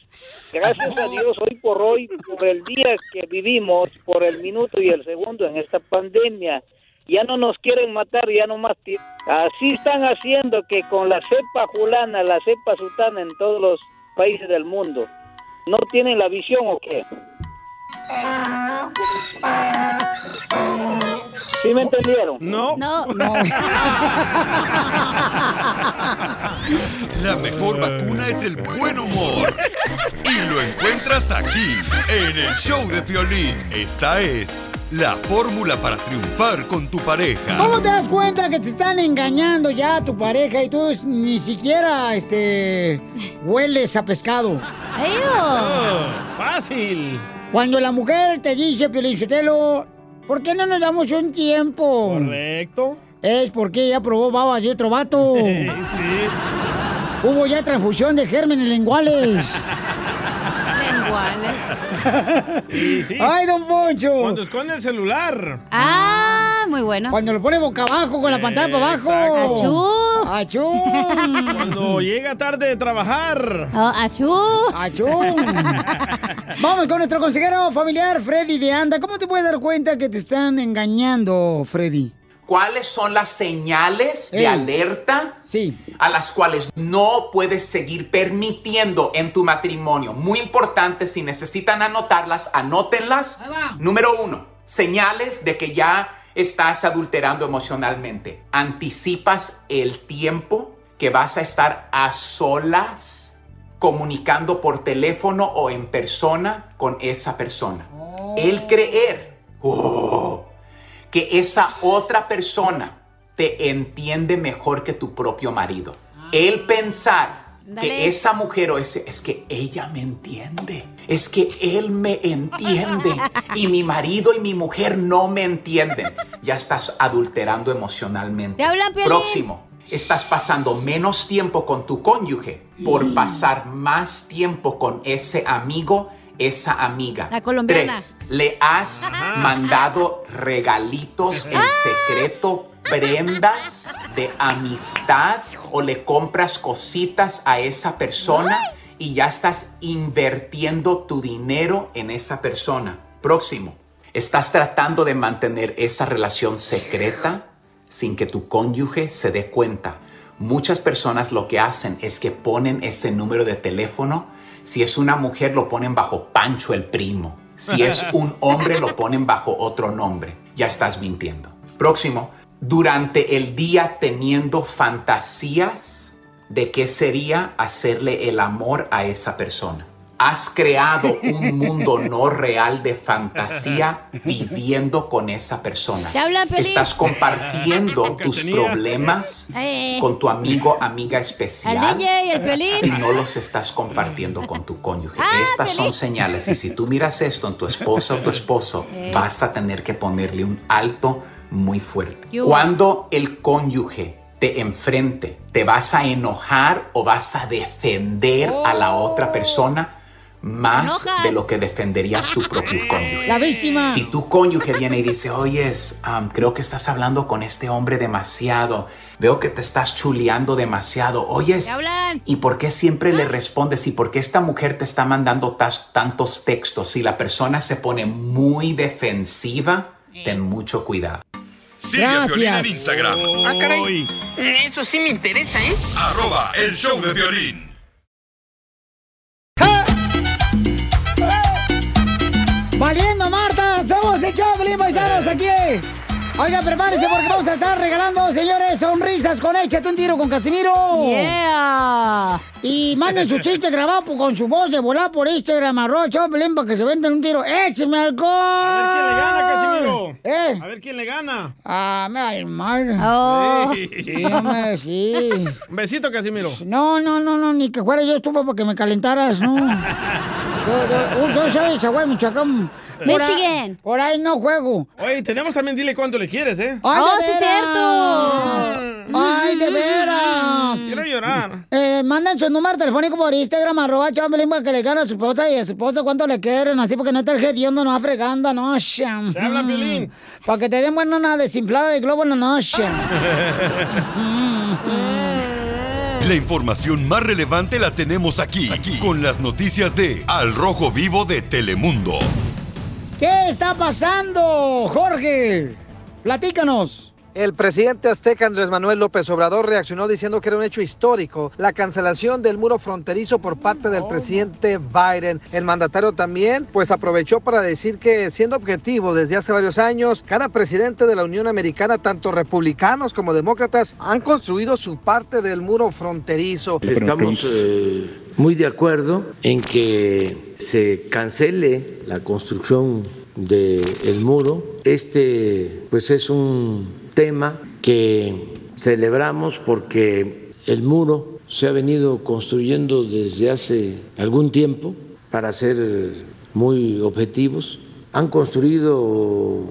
S16: Gracias a Dios, hoy por hoy, por el día que vivimos, por el minuto y el segundo en esta pandemia, ya no nos quieren matar, ya no más. ti- Así están haciendo que con la cepa julana, la cepa sutana en todos los países del mundo. ¿No tienen la visión o qué? ¿Sí me entendieron?
S3: No.
S9: No.
S3: (laughs)
S4: La mejor vacuna es el buen humor. Y lo encuentras aquí, en el show de Piolín. Esta es la fórmula para triunfar con tu pareja.
S1: ¿Cómo te das cuenta que te están engañando ya a tu pareja y tú ni siquiera este hueles a pescado?
S3: Oh,
S9: (laughs)
S3: fácil.
S1: Cuando la mujer te dice, Piolinchotelo, ¿por qué no nos damos un tiempo?
S3: Correcto.
S1: Es porque ella probó babas de
S3: (laughs)
S1: otro vato. Hubo ya transfusión de gérmenes lenguales.
S9: Lenguales.
S3: Y sí.
S1: ¡Ay, don Poncho!
S3: Cuando esconde el celular.
S9: Ah, muy bueno.
S1: Cuando lo pone boca abajo con la pantalla para abajo.
S9: Achú.
S1: ¡Achú!
S3: Cuando
S1: (laughs)
S3: llega tarde de trabajar.
S9: ¡Achú!
S1: ¡Achú! Vamos con nuestro consejero familiar, Freddy de Anda. ¿Cómo te puedes dar cuenta que te están engañando, Freddy?
S15: ¿Cuáles son las señales de
S1: Ey.
S15: alerta a las cuales no puedes seguir permitiendo en tu matrimonio? Muy importante, si necesitan anotarlas, anótenlas. Número uno, señales de que ya estás adulterando emocionalmente. Anticipas el tiempo que vas a estar a solas comunicando por teléfono o en persona con esa persona. El creer oh, que esa otra persona te entiende mejor que tu propio marido. El pensar
S17: Ándale.
S15: que esa mujer o ese es que ella me entiende, es que él me entiende y mi marido y mi mujer no me entienden. Ya estás adulterando emocionalmente.
S9: Te hablan, Piolín.
S15: Próximo. Estás pasando menos tiempo con tu cónyuge por pasar más tiempo con ese amigo, esa amiga.
S9: La colombiana.
S15: Tres, le has mandado regalitos
S9: Ah.
S15: en secreto, prendas de amistad o le compras cositas a esa persona y ya estás invirtiendo tu dinero en esa persona. Próximo, estás tratando de mantener esa relación secreta sin que tu cónyuge se dé cuenta. Muchas personas lo que hacen es que ponen ese número de teléfono. Si es una mujer, lo ponen bajo Pancho el primo. Si es un hombre, lo ponen bajo otro nombre. Ya estás mintiendo. Próximo. Durante el día teniendo fantasías de qué sería hacerle el amor a esa persona. Has creado un mundo no real de fantasía viviendo con esa persona.
S9: ¿Te hablan, Piolín?
S15: Estás compartiendo tus problemas
S9: Eh,
S15: con tu amigo, amiga
S9: Al
S15: especial.
S9: DJ, el Piolín.
S15: Y (laughs) no los estás compartiendo con tu cónyuge. Estas son señales. Y si tú miras esto en tu esposa o tu esposo,
S9: Eh.
S15: vas a tener que ponerle un alto muy fuerte.
S9: ¿Qué hubo?
S15: Cuando el cónyuge te enfrente, te vas a enojar o vas a defender a la otra persona más
S1: Enojas.
S15: de lo que defenderías tu propio cónyuge.
S1: La víctima.
S15: Si tu cónyuge viene y dice, oye, creo que estás hablando con este hombre demasiado, veo que te estás chuleando demasiado, oyes, ¿y por qué siempre le respondes? ¿Y por qué esta mujer te está mandando tas- tantos textos? Si la persona se pone muy defensiva, ten mucho cuidado.
S4: Sigue a Piolín en Instagram.
S13: Ah, caray. Eso sí me interesa, ¿eh?
S4: Arroba el show de violín.
S1: ¡Valiendo, Marta! ¡Somos el Choplin Paisanos aquí! Oiga, prepárense porque vamos a estar regalando, señores, sonrisas con Échate un tiro con Casimiro. ¡Yeah! Y manden su chiste grabado por- con su voz de volar por Instagram, arroba Choplin, para que se venden un tiro. ¡Écheme alcohol!
S3: A ver quién le gana, Casimiro.
S1: ¿Eh?
S3: A ver quién le gana.
S1: Ah, me va a ir mal.
S3: Sí.
S1: Sí, hombre, sí.
S3: Un besito, Casimiro.
S1: No, no, no, no, ni que fuera yo estufa porque me calentaras, no. Yo, yo, yo soy Chihuahua, Michoacán. Por ahí-
S3: Michigan.
S1: Por ahí no juego.
S3: Oye, tenemos también dile cuánto le quieres, ¿eh?
S1: ¡Ay,
S9: Oh,
S1: de veras! ¡Ay, de veras!
S3: Quiero llorar.
S1: Eh, manden su número telefónico por Instagram, arroba Choplin, para que le digan a su esposa y a su esposo cuánto le quieren, así porque no está el hediondo, no va fregando, no, Se
S3: habla, Piolín.
S1: Para que te den buena una desinflada de globo en la noche.
S4: La información más relevante la tenemos aquí, aquí, con las noticias de Al Rojo Vivo de Telemundo.
S1: ¿Qué está pasando, Jorge? Platícanos.
S6: El presidente azteca Andrés Manuel López Obrador reaccionó diciendo que era un hecho histórico la cancelación del muro fronterizo por parte
S1: Oh.
S6: del presidente Biden. El mandatario también pues aprovechó para decir que siendo objetivo desde hace varios años, cada presidente de la Unión Americana, tanto republicanos como demócratas, han construido su parte del muro fronterizo.
S7: Estamos eh, muy de acuerdo en que se cancele la construcción del muro. Este pues es un tema que celebramos porque el muro se ha venido construyendo desde hace algún tiempo para ser muy objetivos. Han construido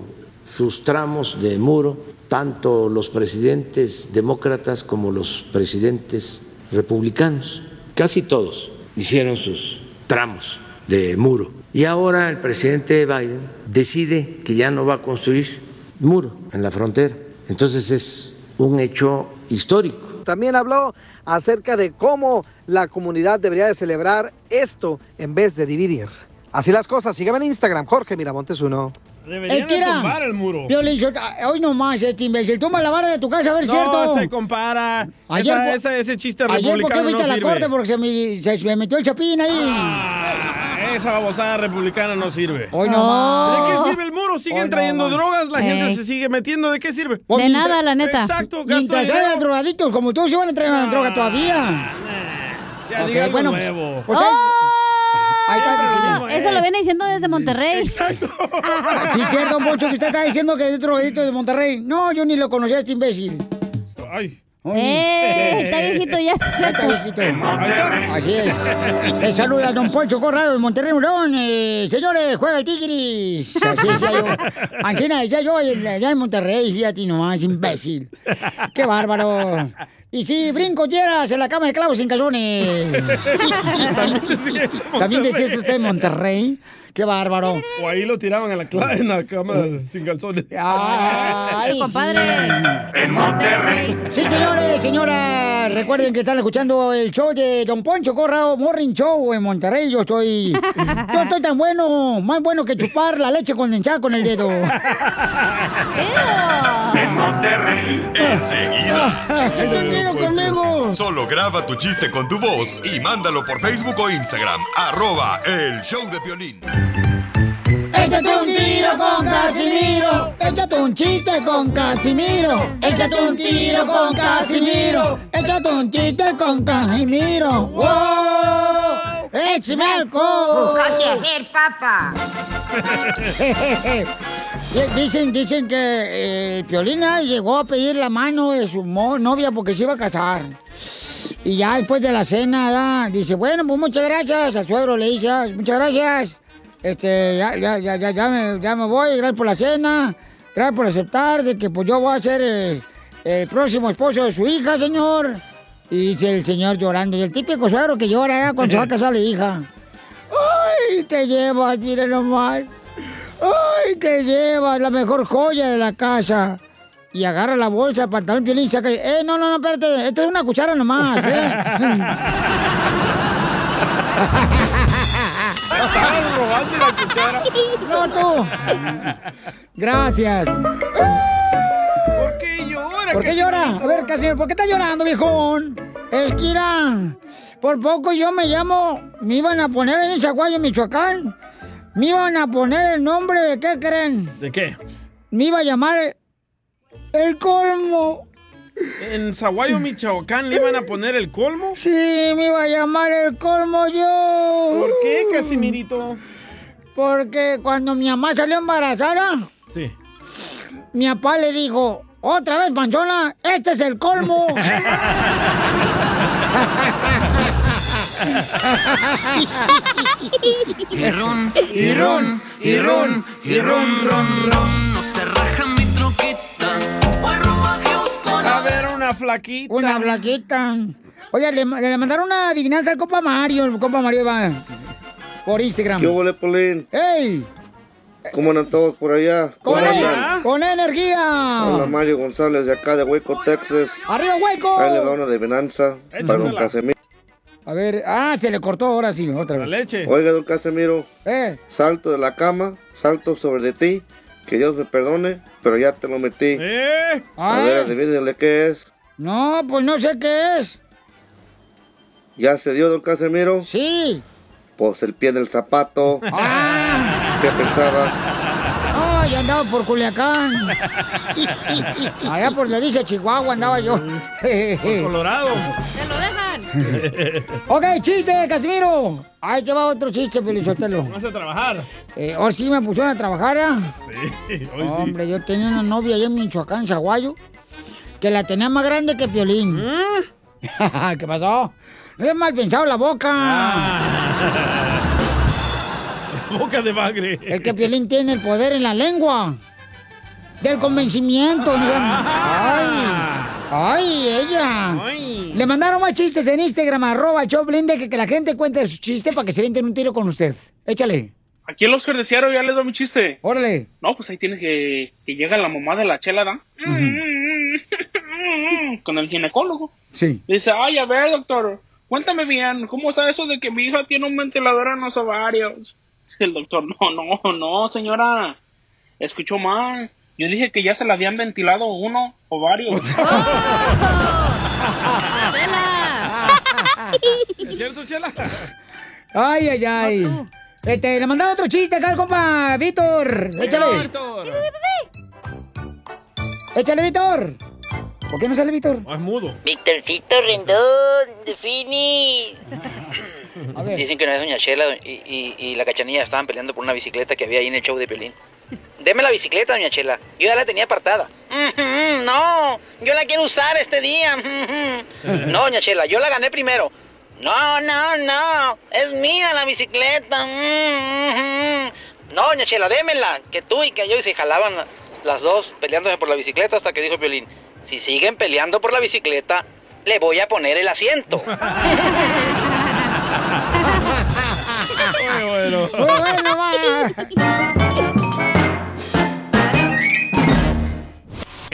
S7: sus tramos de muro, tanto los presidentes demócratas como los presidentes republicanos. Casi todos hicieron sus tramos de muro. Y ahora el presidente Biden decide que ya no va a construir muro en la frontera. Entonces es un hecho histórico.
S6: También habló acerca de cómo la comunidad debería de celebrar esto en vez de dividir. Así las cosas, sígueme en Instagram, Jorge Miramontes uno.
S3: Deberían
S1: Es que era-
S3: de tumbar el muro.
S1: Violín, yo- ah, hoy nomás, este imbécil. Toma la vara de tu casa, a ver,
S3: no
S1: ¿cierto?
S3: se compara.
S1: Ayer
S3: Esa-
S1: fue-
S3: esa- ese chiste
S1: Ayer, ¿por qué
S3: republicano
S1: fuiste
S3: no
S1: a la
S3: sirve.
S1: corte? Porque se me, se me metió el chapín ahí.
S3: Ah, esa babosada republicana no sirve.
S1: Hoy no más.
S3: ¿De qué sirve el muro? Siguen
S1: Hoy no
S3: trayendo
S1: más.
S3: drogas, la gente
S1: Ey.
S3: se sigue metiendo. ¿De qué sirve?
S1: Pues
S3: Mientras-
S1: mientras-
S3: Exacto, gasto
S1: Mientras
S3: dinero.
S1: haya drogadictos como tú, se van a traer a la droga todavía.
S3: Ya
S1: Ok,
S3: diga algo
S1: bueno, pues-
S3: nuevo.
S1: pues ahí- ahí está diciendo.
S9: ¡Oh! Eso lo viene diciendo desde Monterrey. (laughs)
S3: Exacto. Ah.
S1: Sí, es cierto, Poncho, que usted está diciendo que es drogadito de Monterrey. No, yo ni lo conocía a este imbécil.
S3: Ay.
S1: Ay.
S9: Eh, está viejito ya, sí es
S1: Ya
S9: cierto.
S1: Está viejito. Así es. Le saluda don Poncho Corrado de Monterrey Morón. Eh, señores, juega el Tigris. Así decía yo. Ancina, decía yo en- allá en Monterrey, fíjate nomás, imbécil. Qué bárbaro. Y si brinco tierras en la cama de clavos sin calzones. También decía eso usted en Monterrey. Qué bárbaro.
S3: O ahí lo tiraban en la, cla- en la cama sin
S1: (laughs)
S3: calzones.
S1: Ay, Su compadre.
S3: En Monterrey.
S1: Sí, señores, señoras, recuerden que están escuchando el show de Don Poncho Corrao Morning Show en Monterrey. Yo estoy, yo estoy tan bueno, más bueno que chupar la leche condensada con el dedo.
S4: Enseguida.
S1: Échate un tiro conmigo.
S4: Solo graba tu chiste con tu voz y mándalo por Facebook o Instagram. Arroba el show de violín.
S1: Échate un tiro con Casimiro. Échate un chiste con Casimiro. Échate un tiro con Casimiro. Échate un chiste con Casimiro. ¡Wow! ¡Échame alcohol!
S17: ¿Qué hacer, papá?
S1: (laughs) Eh, dicen, dicen que eh, Piolina llegó a pedir la mano de su mo- novia porque se iba a casar. Y ya después de la cena, ya, dice, bueno, pues muchas gracias. Al suegro le dice, "Ah, muchas gracias. Este, ya, ya, ya, ya, ya me, ya me voy, gracias por la cena. Gracias por aceptar de que pues yo voy a ser el, el próximo esposo de su hija, señor. Y dice el señor llorando. Y el típico suegro que llora ya cuando se va a casar la hija. ¡Ay, te llevas, mire nomás! ¡Ay, te llevas la mejor joya de la casa! Y agarra la bolsa, el pantalón, violín, saca y... ¡Eh, no, no, no, espérate! Esta es una cuchara nomás,
S3: (laughs)
S1: ¿eh?
S3: Estaban robando la cuchara.
S1: ¡No, tú! Gracias.
S3: ¿Por qué llora?
S1: ¿Por qué llora? A ver, Casimiro, ¿por qué está llorando, viejón? Es que mira, por poco yo me llamo, me iban a poner en Chaguayo, Michoacán, me iban a poner el nombre de qué creen,
S3: ¿De qué?
S1: me iba a llamar el colmo.
S3: En Zaguayo, Michoacán, le iban a poner el colmo.
S1: Sí, me iba a llamar el colmo yo.
S3: ¿Por qué, Casimirito?
S1: Porque cuando mi mamá salió embarazada,
S3: Sí.
S1: mi papá le dijo, otra vez, panchona, este es
S3: (laughs)
S1: el colmo.
S13: Y ron, y ron, y ron, y ron, ron, ron.
S3: A ver, una flaquita.
S1: Una flaquita. Oye, le, le mandaron una adivinanza al compa Mario. El compa Mario va por Instagram.
S18: ¿Qué hubo, Polín?
S1: ¡Ey!
S18: ¿Cómo andan todos por allá? ¿Cómo
S1: ¡Con,
S18: andan?
S3: Ah.
S1: e- con
S18: Hola,
S1: energía!
S18: Mario González de acá de Hueco, Texas.
S1: ¡Arriba, hueco!
S18: Ahí le va una adivinanza para don Casemiro.
S1: (laughs) A ver, ah, se le cortó ahora sí, otra vez.
S3: leche.
S18: Oiga, don Casemiro,
S1: Eh,
S18: salto de la cama, salto sobre de ti. Que Dios me perdone, pero ya te lo metí. A ver,
S1: ay,
S18: adivínenle qué es.
S1: ¿Eh? Ah. no, pues no sé qué es.
S18: ¿Ya se dio, don Casemiro?
S1: Sí.
S18: Pues el pie del zapato.
S1: Ah.
S18: ¿Qué pensaba?
S1: Ay, andaba por Culiacán.
S3: (laughs)
S1: Allá por la dice Chihuahua andaba yo.
S3: Por Colorado. (laughs)
S1: ok, chiste, Casimiro. Ahí te va otro chiste, Pelizotelo.
S3: Vas a trabajar.
S1: Eh, ahora sí me pusieron a trabajar, ¿ah?
S3: Sí, (laughs) hoy sí.
S1: Hombre, yo tenía una novia allá en Michoacán, Zaguayo, que la tenía más grande que Piolín.
S3: ¿Eh?
S1: (laughs) ¿Qué pasó? No es mal pensado la boca.
S3: Ah. (laughs) Boca de bagre.
S1: El que Piolín tiene el poder en la lengua. Del convencimiento. ¿no? Ay, ay, ella. Le mandaron más chistes en Instagram, arroba el show blinde, que, que la gente cuente su chiste para que se venden un tiro con usted. Échale.
S19: Aquí el Oscar de Ciaro ya les da mi chiste.
S1: Órale.
S19: No, pues ahí tienes que, que llega la mamá de la chela, ¿da? Con el ginecólogo.
S1: Sí.
S19: Dice, ay, a ver, doctor, cuéntame bien, ¿cómo está eso de que mi hija tiene un ventilador en los ovarios? El doctor, no, no, no, señora, escuchó mal. Yo dije que ya se la habían ventilado uno o varios.
S9: Ah,
S3: ¿Es cierto, Chela?
S1: Ay, ay, ay. Este, le mandaron otro chiste acá al compa Víctor. Échale. Échale, Víctor. ¿Por qué no sale Víctor?
S3: Ah, Es mudo.
S12: Víctorcito Rendón, de Fini. Dicen que una vez Doña Chela y, y- y la cachanilla estaban peleando por una bicicleta que había ahí en el show de (laughs) Pelín. Deme la bicicleta, Doña Chela. Yo ya la tenía apartada. "Ujú, no, yo la quiero usar este día. ujú". no, Doña Chela, yo la gané primero. No, no, no, es mía la bicicleta. ujú". No, Doña Chela, démela. Que tú y que yo y se jalaban la- las dos peleándose por la bicicleta hasta que dijo Piolín, si siguen peleando por la bicicleta, le voy a poner el asiento.
S3: Muy bueno.
S1: Muy bueno, va.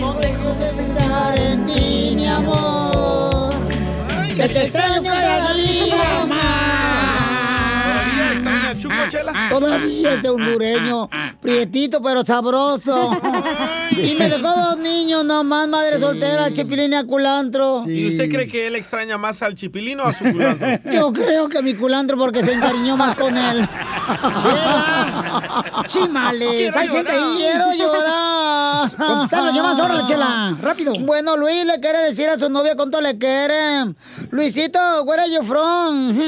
S13: No dejo de pensar en ti, mi amor. Que te extraño cada día más.
S3: Todavía extraña a Chucky Chela?
S1: Todavía es de hondureño. Prietito, pero sabroso.
S3: (laughs)
S1: Y me dejó dos niños nomás, madre soltera, chipilín y a culantro.
S3: ¿Y usted cree que él extraña más al chipilino o a su culantro?
S1: (laughs) Yo creo que mi culantro porque se encariñó más con él. Chimales,
S13: Quiero
S1: hay gente ahí, quiero llorar. Contestar las llamadas, órale, chela, rápido. Bueno, Luis le quiere decir a su novia cuánto le quiere. Luisito, where are you from?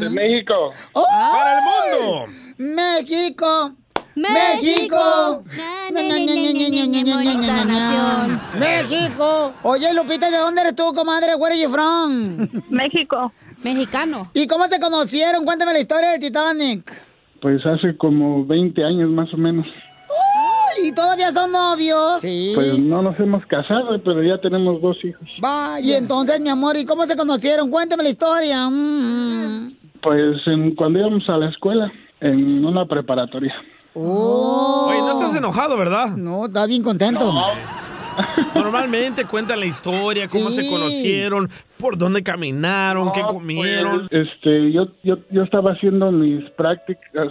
S19: De México.
S13: Oh.
S1: ¡Para
S3: el mundo!
S1: ¡México! ¡México! Na, na, na, na, na, na, na, na, na, na, na. ¡México! Oye, Lupita, ¿de dónde eres tú, comadre? ¿Where are you from? México. Mexicano. ¿Y cómo se conocieron? Cuéntame la historia del Titanic.
S5: (laughs) Pues hace como 20 años más o menos.
S1: ¿Y todavía son novios? Sí.
S5: Pues no nos hemos casado, pero ya tenemos dos hijos.
S1: Va, y entonces, mi amor, ¿y cómo se conocieron? Cuéntame la historia. Mm.
S5: Pues en- cuando íbamos a la escuela, en una preparatoria.
S3: Oye, no estás enojado, ¿verdad?
S1: Oh. No, está bien contento. (laughs)
S3: Normalmente cuentan la historia, cómo
S5: Sí.
S3: se conocieron, por dónde caminaron,
S1: Ah,
S3: qué comieron.
S5: Oh,
S1: pues,
S5: Este, yo, yo, yo estaba haciendo mis prácticas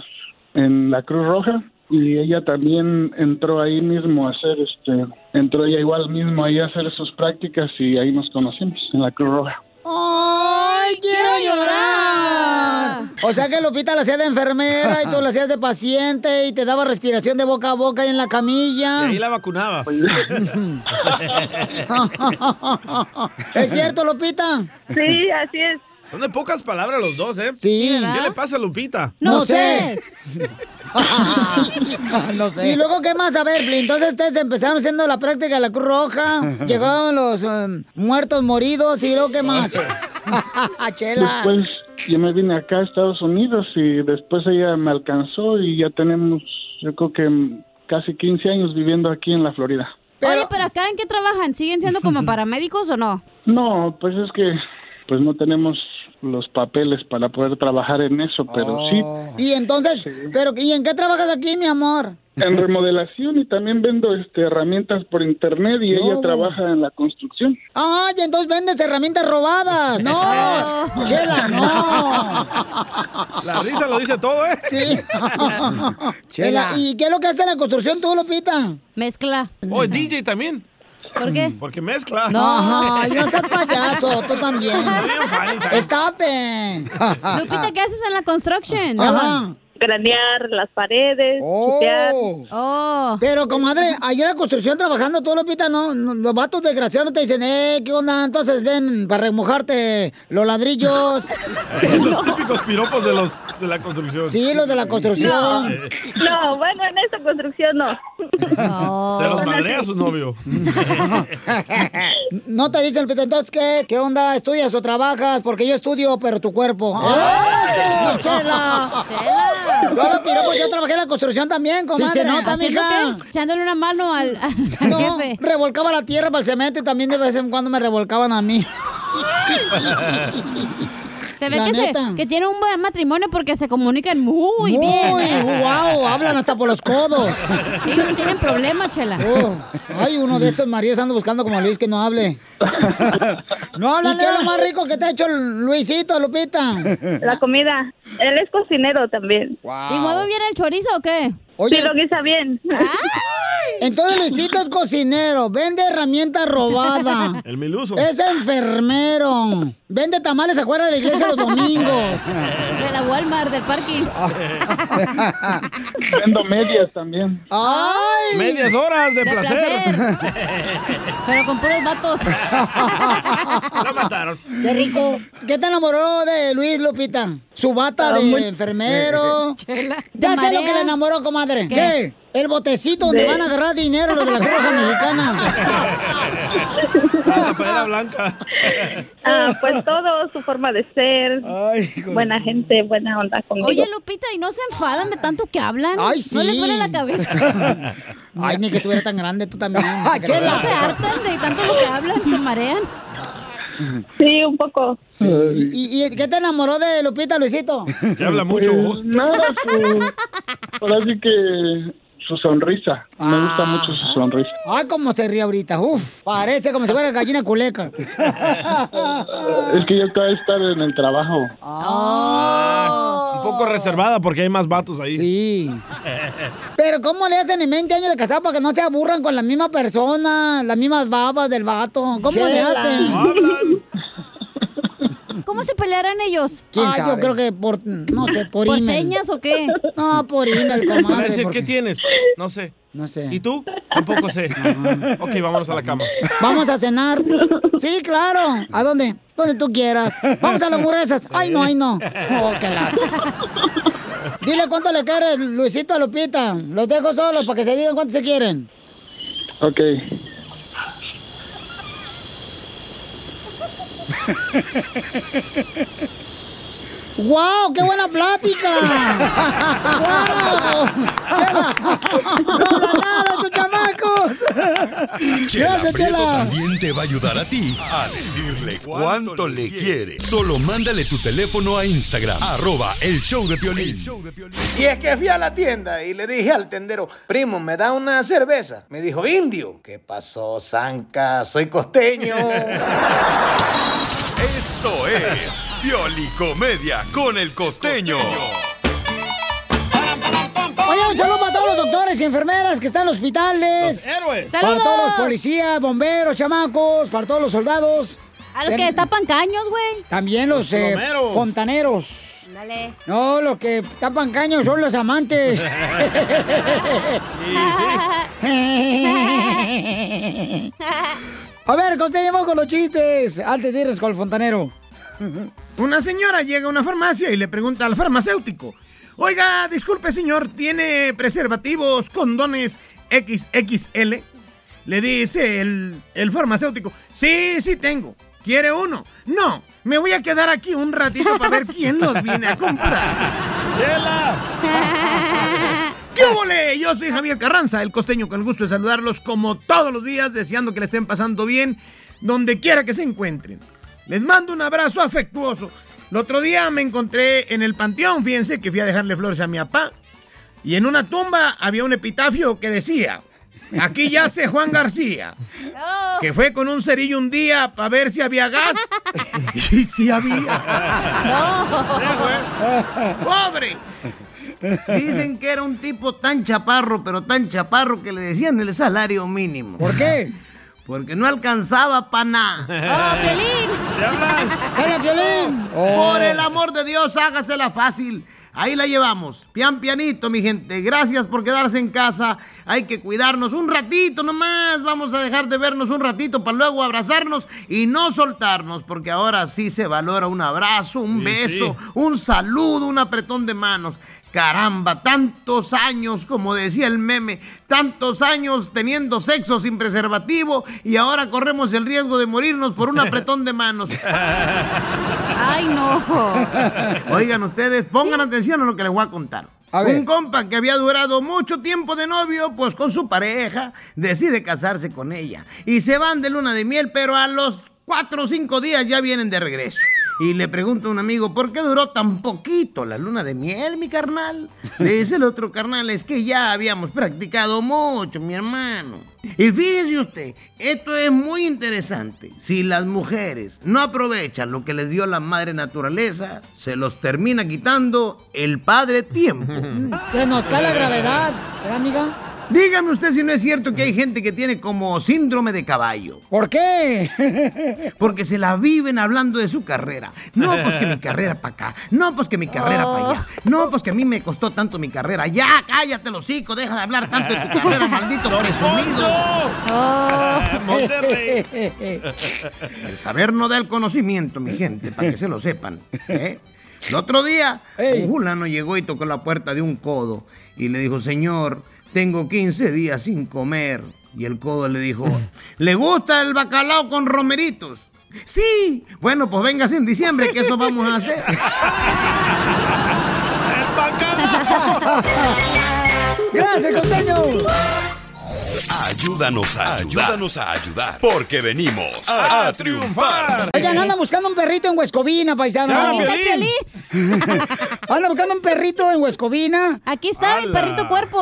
S5: en la Cruz Roja y ella también entró ahí mismo a hacer, este, entró ella igual mismo ahí a hacer sus prácticas y ahí nos conocimos en la Cruz Roja.
S1: ¡Ay, quiero llorar! O sea que Lupita la hacía de enfermera y tú la hacías de paciente y te daba respiración de boca a boca y en la camilla.
S3: Y ahí la vacunabas.
S1: pues,
S3: (laughs)
S1: (laughs) ¿Es cierto, Lupita?
S3: Sí,
S1: así es.
S3: Son de pocas palabras los dos, ¿eh?
S1: Sí.
S3: ¿Qué le pasa a Lupita?
S1: No, sé. no sé. (laughs) Y luego, ¿qué más? A ver, Pli, entonces ustedes empezaron haciendo la práctica de la Cruz
S3: (laughs)
S1: Roja, llegaron los em, muertos moridos y luego, ¿qué más? (laughs) Chela.
S5: Después yo me vine acá a Estados Unidos y después ella me alcanzó y ya tenemos, yo creo que casi 15 años viviendo aquí en la Florida.
S9: Oye, pero acá en qué trabajan? ¿Siguen siendo
S1: (laughs)
S9: como paramédicos o no?
S5: No, pues es que pues no tenemos los papeles para poder trabajar en eso, pero
S3: Oh.
S5: sí.
S1: Y entonces, pero ¿y en qué trabajas aquí, mi amor?
S5: En remodelación y también vendo este herramientas por internet y ella
S1: No.
S5: trabaja en la construcción.
S1: Ay, entonces vendes
S3: (laughs)
S1: herramientas robadas. No, Chela, no.
S3: La risa lo dice todo, ¿eh?
S1: Sí. Chela, ¿y qué es lo que hace en la construcción tú, Lupita?
S9: Mezcla.
S3: Oh, es DJ también. Mm,
S9: ¿Por qué?
S3: Porque mezcla.
S1: No, ay, no seas payaso, tú
S9: (laughs)
S1: también. Estape.
S9: Lupita, ¿qué haces en la construction?
S1: Ajá.
S20: Granear las paredes, chipear.
S1: Oh. Pero, comadre, ahí en la construcción trabajando tú, Lupita, no, no, los vatos desgraciados te dicen, eh, ¿qué onda? Entonces ven para remojarte los ladrillos.
S3: Los típicos piropos de los de la construcción.
S1: Sí, los de la construcción.
S3: Eh,
S20: No, bueno, en esta construcción no.
S3: Se los madrea a su novio.
S1: No te dicen, Lupita, entonces, ¿qué? ¿Qué onda? ¿Estudias o trabajas? Porque yo estudio, pero tu cuerpo. ¡Ah, sí, Chela! Solo piropos, yo trabajé en la construcción también, comadre.
S9: se nota,
S1: ¿Haciendo
S9: mija.
S1: qué? Echándole una mano al, (laughs) no, revolcaba la tierra para el cemento y también de vez en cuando me revolcaban a mí.
S3: (laughs)
S9: Se ve
S1: La
S9: que, se-
S1: neta.
S9: que tiene un buen matrimonio porque se comunican muy,
S1: Muy,
S9: bien.
S1: (laughs) guau, hablan hasta por los codos.
S9: Y no tienen problema, chela.
S1: Oh, ay, uno de estos maridos ando buscando como a Luis que no (laughs) hable. No habla ¿Y qué es lo más rico que te ha hecho Luisito, Lupita?
S20: La comida. Él es cocinero también.
S9: ¿Y mueve bien el chorizo o qué?
S20: Sí, lo guisa bien.
S1: Entonces Luisito es cocinero, vende herramienta robada.
S3: El miluso.
S1: Es enfermero. Vende tamales afuera de la iglesia
S9: (laughs)
S1: los domingos.
S9: De la Walmart, del
S1: (laughs)
S9: parking.
S5: Vendo medias también.
S1: ¡Ay!
S3: Medias horas de,
S9: De
S3: placer.
S1: (laughs)
S9: Pero con puros vatos.
S3: La mataron.
S1: Qué rico. ¿Qué te enamoró de Luis, Lupita? Su bata
S13: Estaba
S1: de
S13: muy-
S9: (laughs)
S1: enfermero.
S9: Chela, te
S1: Ya sé lo
S9: marea.
S1: que le enamoró, comadre.
S9: ¿Qué?
S1: El botecito donde
S9: De-
S1: van a agarrar dinero los de la Cruz
S9: (laughs)
S1: Roja (laughs) Mexicana. Ah,
S3: La pera blanca.
S20: Ah, pues todo, su forma de ser. buena gente, buena onda conmigo.
S9: Oye, Lupita, ¿y no se enfadan de tanto que hablan?
S1: Ay,
S9: ¿No les
S1: sí.
S9: duele la cabeza?
S1: (laughs)
S9: Ah,
S1: Ay, ni que estuviera tan grande
S9: (laughs)
S1: tú también.
S9: Chela. ¿No se hartan de tanto lo que hablan? ¿Se marean?
S20: Sí, un poco.
S1: ¿Y, y qué te enamoró de Lupita, Luisito?
S3: Que habla mucho.
S5: Pues, nada, su- ahora sí que su sonrisa. Me gusta mucho su sonrisa.
S1: Ay, cómo se ríe ahorita. Uf, parece como si fuera gallina culeca.
S5: Es que yo acabo de estar en el trabajo.
S1: Ah,
S3: Un poco reservada porque hay más vatos ahí.
S1: Sí. Pero ¿cómo le hacen en 20 años de casado para que no se aburran con la misma persona, las mismas babas del vato? ¿Cómo le
S9: Chela.
S1: hacen?
S9: ¿Cómo se pelearán ellos?
S1: ¿Quién Ah, yo sabe? creo que por, no sé, por
S9: ¿Por
S1: email.
S9: señas o qué?
S1: No, por email,
S3: Van a
S1: comadre.
S3: decir,
S1: porque-
S3: ¿qué tienes? No sé.
S1: No sé.
S3: ¿Y tú? Tampoco sé. ok, vámonos a la cama.
S1: Vamos a cenar. Sí, claro. ¿A dónde? Donde tú quieras. Vamos a las hamburguesas. Ay, no, ay, no. Oh, qué lax. Dile cuánto le quieres, Luisito a Lupita. Los dejo solos para que se digan cuánto se quieren.
S5: Ok.
S1: ¡Wow! ¡Qué buena plática! ¡Wow! ¡No habla nada, estos chamacos!
S4: Chela
S1: Gracias,
S4: Prieto
S1: Chela.
S4: también te va a ayudar a ti a decirle cuánto le quiere. Solo mándale tu teléfono a Instagram, arroba el show de Piolín.
S8: Y es que fui a la tienda y le dije al tendero, primo, ¿me da una cerveza? Me dijo, indio. ¿Qué
S1: (laughs)
S8: pasó, Zanca? Soy costeño.
S4: Esto es Piolicomedia con el costeño.
S1: Oye, un saludo para todos los doctores y enfermeras que están en los hospitales.
S9: Los héroes.
S1: Para
S9: ¡Saludos!
S1: todos los policías, bomberos, chamacos, para todos los soldados.
S9: A los que destapan caños, güey.
S1: También los,
S9: Los
S1: eh,
S9: plomeros.
S1: fontaneros.
S9: Dale.
S1: No, los que tapan caños son
S9: (laughs)
S1: los amantes. (laughs) A ver, Costeño, vamos con los chistes. Ah, Antes de irnos con el fontanero.
S10: Una señora llega a una farmacia y le pregunta al farmacéutico, oiga, disculpe señor, ¿tiene preservativos, condones XXL? Le dice el, el farmacéutico, sí, sí tengo, ¿quiere uno? No, me voy a quedar aquí un ratito para ver quién los viene a comprar. (laughs) ¿Qué ole? Yo soy Javier Carranza, el costeño, con el gusto de saludarlos como todos los días, deseando que le estén pasando bien donde quiera que se encuentren. Les mando un abrazo afectuoso. El otro día me encontré en el panteón, fíjense que fui a dejarle flores a mi papá. Y en una tumba había un epitafio que decía, aquí yace Juan García, que fue con un cerillo un día para ver si había gas. Y si había.
S11: (laughs)
S10: ¡Pobre!
S11: Dicen que era un tipo tan chaparro, pero tan chaparro que le decían el salario mínimo. ¿Por
S1: qué?
S11: Porque no alcanzaba para nada.
S13: ¡Ah,
S11: (laughs)
S13: Piolín!
S11: ¡Te hablan!
S1: Piolín!
S11: Por el amor de Dios, hágasela fácil. Ahí la llevamos. Pian pianito, mi gente. Gracias por quedarse en casa. Hay que cuidarnos un ratito nomás. Vamos a dejar de vernos un ratito para luego abrazarnos y no soltarnos, porque ahora sí se valora un abrazo, un beso, un saludo, un apretón de manos. Caramba, tantos años, como decía el meme, tantos años teniendo sexo sin preservativo y ahora corremos el riesgo de morirnos por un apretón de manos.
S9: Ay, no.
S11: (laughs) Oigan ustedes, pongan atención a lo que les voy a contar. Un compa que había durado mucho tiempo de novio, pues con su pareja, decide casarse con ella. Y se van de luna de miel, pero a los cuatro o cinco días ya vienen de regreso. Y le pregunta a un amigo, ¿por qué duró tan poquito la luna de miel, mi carnal? Le dice el otro carnal, es que ya habíamos practicado mucho, mi hermano. Y fíjese usted, esto es muy interesante. Si las mujeres no aprovechan lo que les dio la madre naturaleza, se los termina quitando el padre tiempo.
S1: Se nos
S9: Eh.
S1: cae la gravedad, ¿verdad, amiga?
S11: Dígame usted si no es cierto que hay gente que tiene como síndrome de caballo.
S1: ¿Por qué?
S11: Porque se la viven hablando de su carrera. No, pues que
S1: (laughs)
S11: mi carrera para acá. No, pues que mi carrera para
S1: Oh.
S11: allá. No, pues que a mí me costó tanto mi carrera. Ya, cállate los hocico, deja de hablar tanto de tu carrera, maldito presumido. Oh.
S17: Ah,
S11: (laughs) El saber no da el conocimiento, mi gente, para que se lo sepan. ¿eh? El otro día, un fulano llegó y tocó la puerta de un codo y le dijo, señor, tengo 15 días sin comer. Y el codo le
S17: (laughs)
S11: dijo, ¿le gusta el bacalao con romeritos? Sí, bueno, pues véngase en diciembre, que eso vamos a hacer.
S1: Gracias, costeño.
S3: (laughs)
S4: Ayúdanos a ayudar. Ayúdanos a ayudar. Porque venimos a, a triunfar.
S1: Oigan, anda buscando un perrito en Huescovina, paisano.
S4: Ya, Aquí está
S1: anda buscando un perrito en Huescovina.
S9: Aquí está mi ¡Hala! perrito cuerpo.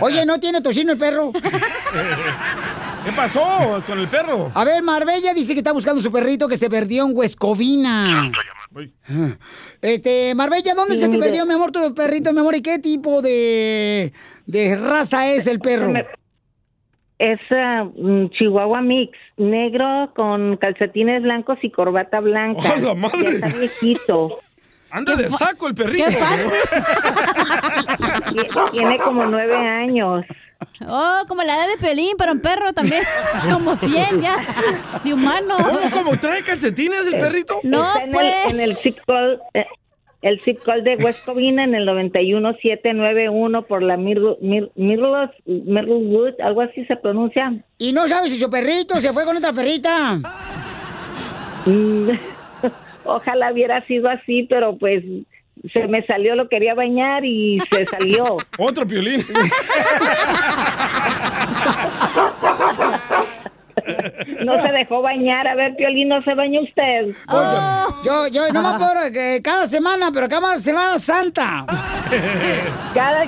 S1: Oye, ¿no tiene tocino el perro?
S3: ¿Qué pasó con el perro?
S1: A ver, Marbella dice que está buscando su perrito que se perdió en Huescovina. Ah. Este, Marbella, ¿dónde se te
S13: Mire.
S1: perdió, mi amor, tu perrito, mi amor? ¿Y qué tipo de, de raza es el perro?
S21: Es ah,
S20: mm,
S21: un Chihuahua Mix, negro con calcetines blancos y corbata blanca.
S3: ¡A Oh, la madre!
S21: Ya está viejito.
S3: Anda de saco el perrito.
S21: qué (laughs) Tiene como nueve años.
S9: Oh, como la edad de Pelín, pero un perro también. (laughs) Como 100 ya, de humano.
S1: (laughs)
S3: ¿Cómo, cómo? ¿Trae calcetines
S21: Eh,
S3: el perrito?
S9: No,
S21: Está en
S9: pues.
S21: El, en el zip code, eh, el zip code de West Covina en el 91791 por la Mirlo- Mir- Mirlos- Mirlwood, algo así se pronuncia.
S1: Y no sabes si su perrito se fue con otra perrita.
S21: Mm, (laughs) Ojalá hubiera sido así, pero pues se me salió, lo quería bañar y se salió.
S3: (laughs) Otro piolín.
S21: (laughs) No se dejó bañar. A ver, Piolín, no se baña usted.
S9: Oh.
S1: Yo, yo, no
S9: (laughs)
S1: más por eh, cada semana, pero cada semana santa.
S21: Cada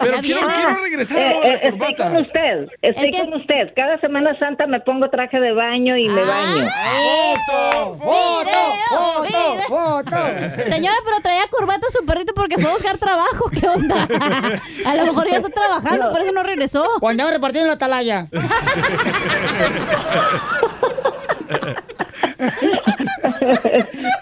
S3: Pero quiero, quiero regresar a lo de la
S21: Eh, estoy
S3: corbata.
S21: con usted, estoy con usted. Cada Semana Santa me pongo traje de baño y me baño.
S3: Ah.
S1: ¡Foto!
S9: ¡Foto!
S1: ¡Foto! ¡Foto!
S9: Señora, pero traía corbata a su perrito porque fue a buscar trabajo. ¿Qué onda? A lo mejor ya está trabajando, por eso no regresó.
S1: O andaba repartiendo la atalaya.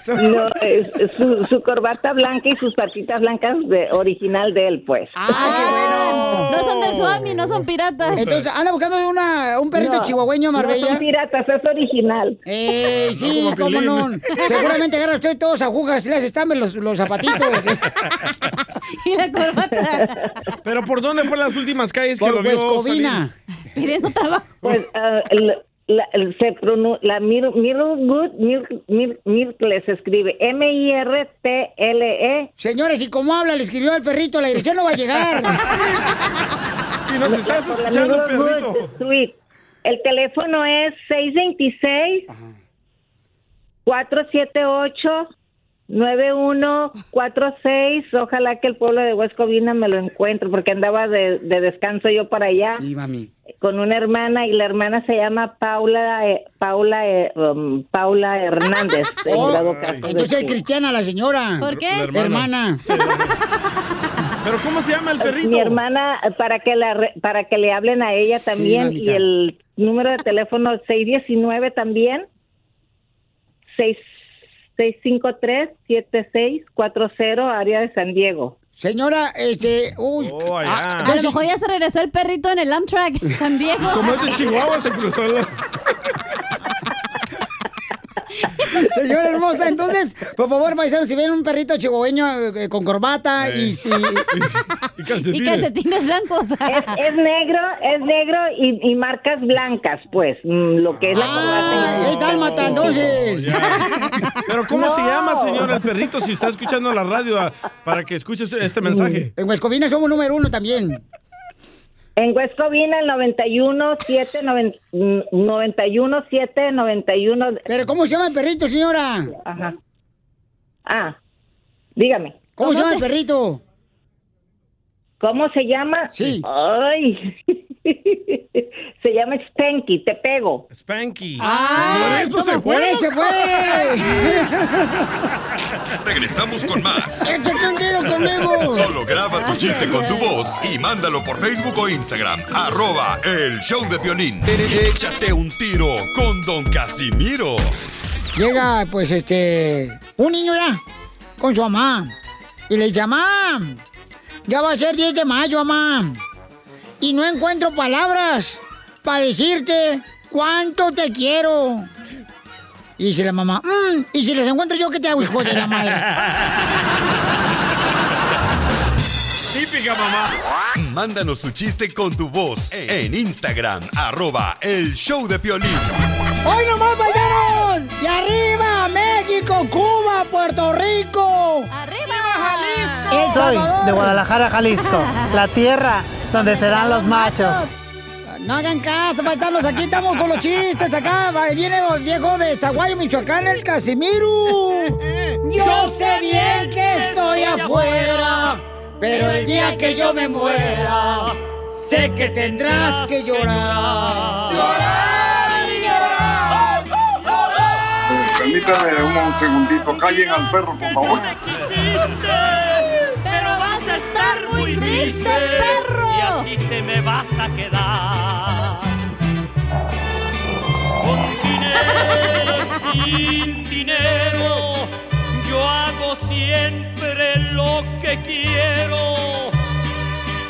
S21: No, es- es eh, su, su corbata blanca y sus patitas blancas de, original de él, pues.
S9: Ah, No son del Suami, no son piratas.
S1: Entonces, anda buscando una, un perrito
S21: No,
S1: chihuahueño,
S21: no
S1: Marbella.
S21: son piratas, Pues es original.
S1: Eh, sí,
S21: No como
S1: cómo no.
S21: Piolín.
S1: (laughs) Seguramente agarra usted todos agujas y las estamben los, los zapatitos.
S9: (laughs) y la corbata.
S3: Pero ¿por dónde fue las últimas calles que
S1: Por
S3: lo vio
S1: Huescovina.
S9: Pidiendo trabajo.
S21: Pues ah, la, la- el- se pronuncia, la Mir- Mirtlewood, Mir- Mir- Mirtle se escribe M-I-R-T-L-E.
S1: Señores, ¿y cómo habla? Le escribió al perrito, la dirección no va
S21: (laughs)
S1: a llegar.
S3: Si nos estás
S21: Por la
S3: escuchando,
S21: Mirtlewood
S3: perrito.
S21: Suite. este, El teléfono es 626 478 9146. Ojalá que el pueblo de Huescovina me lo encuentre porque andaba de, de descanso yo para allá.
S1: mami.
S21: con una hermana y la hermana se llama Paula eh, Paula eh, um, Paula Hernández. en
S1: Oh,
S21: Bravo Caso de
S1: entonces es
S21: Estudio.
S1: cristiana la señora.
S21: ¿Por qué?
S1: La
S21: La
S1: hermana.
S21: hermana.
S3: Pero ¿cómo se llama el perrito?
S21: Mi hermana eh, para que la re- para que le hablen a ella
S1: Sí,
S21: también y
S1: mamita.
S21: el número de teléfono 619 también 6 653 7640 área de San Diego.
S1: Señora, este, uy,
S13: Oh.
S3: Oh, ah.
S9: A lo mejor ya se regresó el perrito en el Amtrak, San Diego.
S3: Como este chihuahua
S9: (laughs)
S3: se cruzó la...
S1: (laughs) Señora hermosa, entonces, por favor, paisanos, si ven un perrito chihuahueño eh, con corbata
S21: (laughs)
S1: y si...
S3: Y
S9: blancos.
S21: Es, es negro, es negro y, y marcas blancas, pues, mm, lo que es la corbata.
S1: ¡Ey, Ah, dálmata, entonces!
S3: Pero ¿cómo se
S1: No.
S3: llama, señora, el perrito si está escuchando la radio a- para que escuches este mensaje?
S1: En Huescovina somos número uno
S21: (laughs)
S1: también.
S21: En Huescovina, el 91 7 noven- mm, 91 7 91.
S1: Pero ¿cómo se llama el perrito, señora?
S21: Ajá. Ah, dígame.
S1: ¿Cómo se llama el perrito?
S21: ¿Cómo se llama?
S1: Sí.
S21: Ay. (laughs) se llama Spanky, te pego.
S3: Spanky.
S21: Ah,
S3: Por eso se
S21: ¿cómo
S3: fue.
S21: fue? Se
S3: (laughs)
S4: Regresamos con más.
S1: ¡Échate un tiro conmigo!
S4: Solo graba tu chiste con tu voz y mándalo por Facebook o Instagram. Arroba el show de violín. Échate un tiro con don Casimiro.
S1: Llega, pues, este, un niño ya, con su mamá. Y le dice, mamá, ya va a ser 10 de mayo, mamá. Y no encuentro palabras para decirte cuánto te quiero. Y dice la mamá, "Mm, y si les encuentro yo, ¿qué te hago, hijo de la
S17: (laughs)
S1: madre?
S3: Típica mamá.
S4: Mándanos tu chiste con tu voz en Instagram. Arroba el show de violín.
S1: ¡Hoy nomás, paisanos! ¡Y arriba, México, Cuba, Puerto Rico! ¡Arriba, Jalisco! El
S17: (laughs) Soy
S1: Salvador.
S17: de Guadalajara, Jalisco, la tierra donde serán los machos.
S1: No hagan caso, paisanos, aquí estamos con los chistes, acá va- viene el viejo de Zaguayo, Michoacán, el Casimiro. (laughs) Yo sé bien que estoy afuera, pero el día que yo me muera, sé que tendrás que llorar.
S13: Llorar y llorar. Llorar
S2: Permítame un segundito. Callen al perro, por favor.
S13: Pero vas a estar muy triste, perro. Y así te me vas a quedar. Con dinero, sin dinero, yo hago siempre lo que quiero.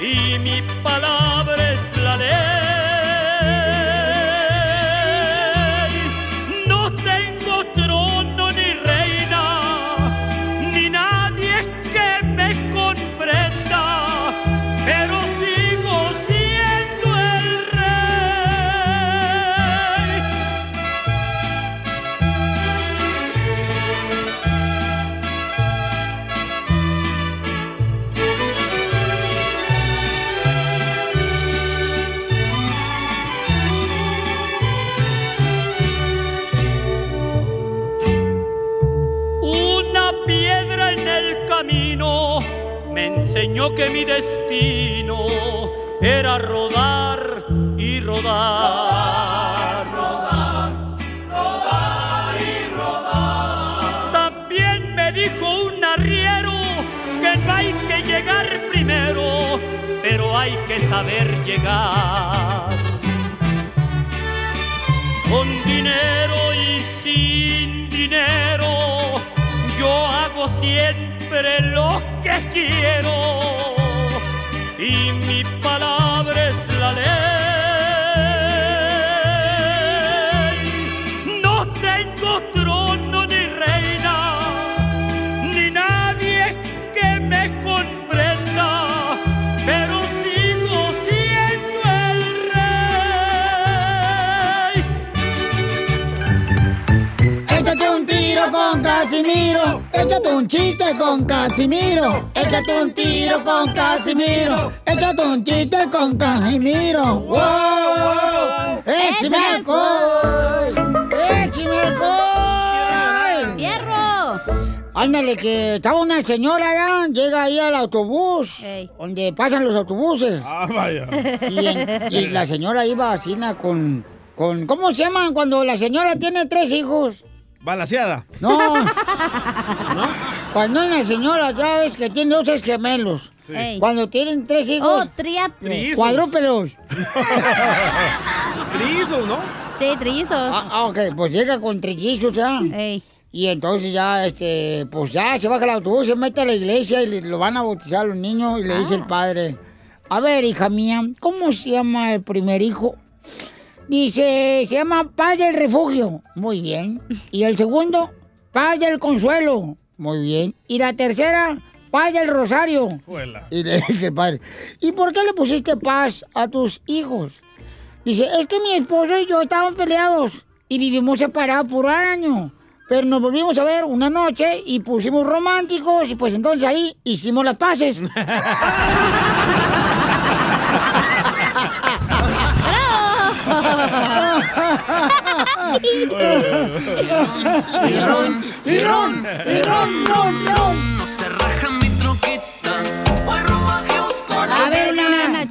S13: Y mi palabra es la ley. No tengo trono ni reina ni nadie que me comprenda, pero sigo siendo el rey. Una piedra en el camino me enseñó que mi destino era rodar y rodar. Rodar, rodar y rodar. También me dijo un arriero que no hay que llegar primero, pero hay que saber llegar. Con dinero y sin dinero, yo hago siempre lo que quiero. Y mi palabra es la ley. No tengo trono ni reina, ni nadie que me comprenda, pero sigo siendo el rey.
S1: Échate un tiro con Casimiro. Échate un chiste con Casimiro. Échate un tiro con Casimiro. Échate un chiste con Casimiro. ¡Wow! wow. échame alcohol! ¡Échame alcohol!
S9: ¡Fierro!
S1: Ándale, que estaba una señora ya, llega ahí al autobús, donde pasan los autobuses.
S3: Ah, vaya.
S1: Y, en- y la señora iba así na, con, con. ¿Cómo se llaman cuando la señora tiene tres hijos?
S3: Balaseada.
S1: No. Cuando una señora ya ves que tiene dos es gemelos.
S3: Sí. Ey.
S1: Cuando tienen tres hijos.
S9: Oh, triatlos. Trillizos.
S1: Cuadrúpelos.
S3: trillizos, ¿no?
S9: Sí, trillizos.
S1: Ah, ah, ok, pues llega con trillizos ya. Y entonces ya, este, pues ya se baja el autobús, se mete a la iglesia y le- lo van a bautizar a los niños y le
S9: Ah.
S1: dice el padre, a ver, hija mía, ¿cómo se llama el primer hijo? Dice, se llama Paz del Refugio. Muy bien. Y el segundo, Paz del Consuelo. Muy bien. Y la tercera, Paz del Rosario.
S3: Juela.
S1: Y (laughs) le dice el padre, ¿y por qué le pusiste paz a tus hijos? Dice, es que mi esposo y yo estaban peleados y vivimos separados por un año. Pero nos volvimos a ver una noche y pusimos románticos y pues entonces ahí hicimos
S3: (laughs)
S1: las paces.
S13: Y ron, y ron, y ron, ron, ron. No se raja mi troquita.
S1: A ver, una,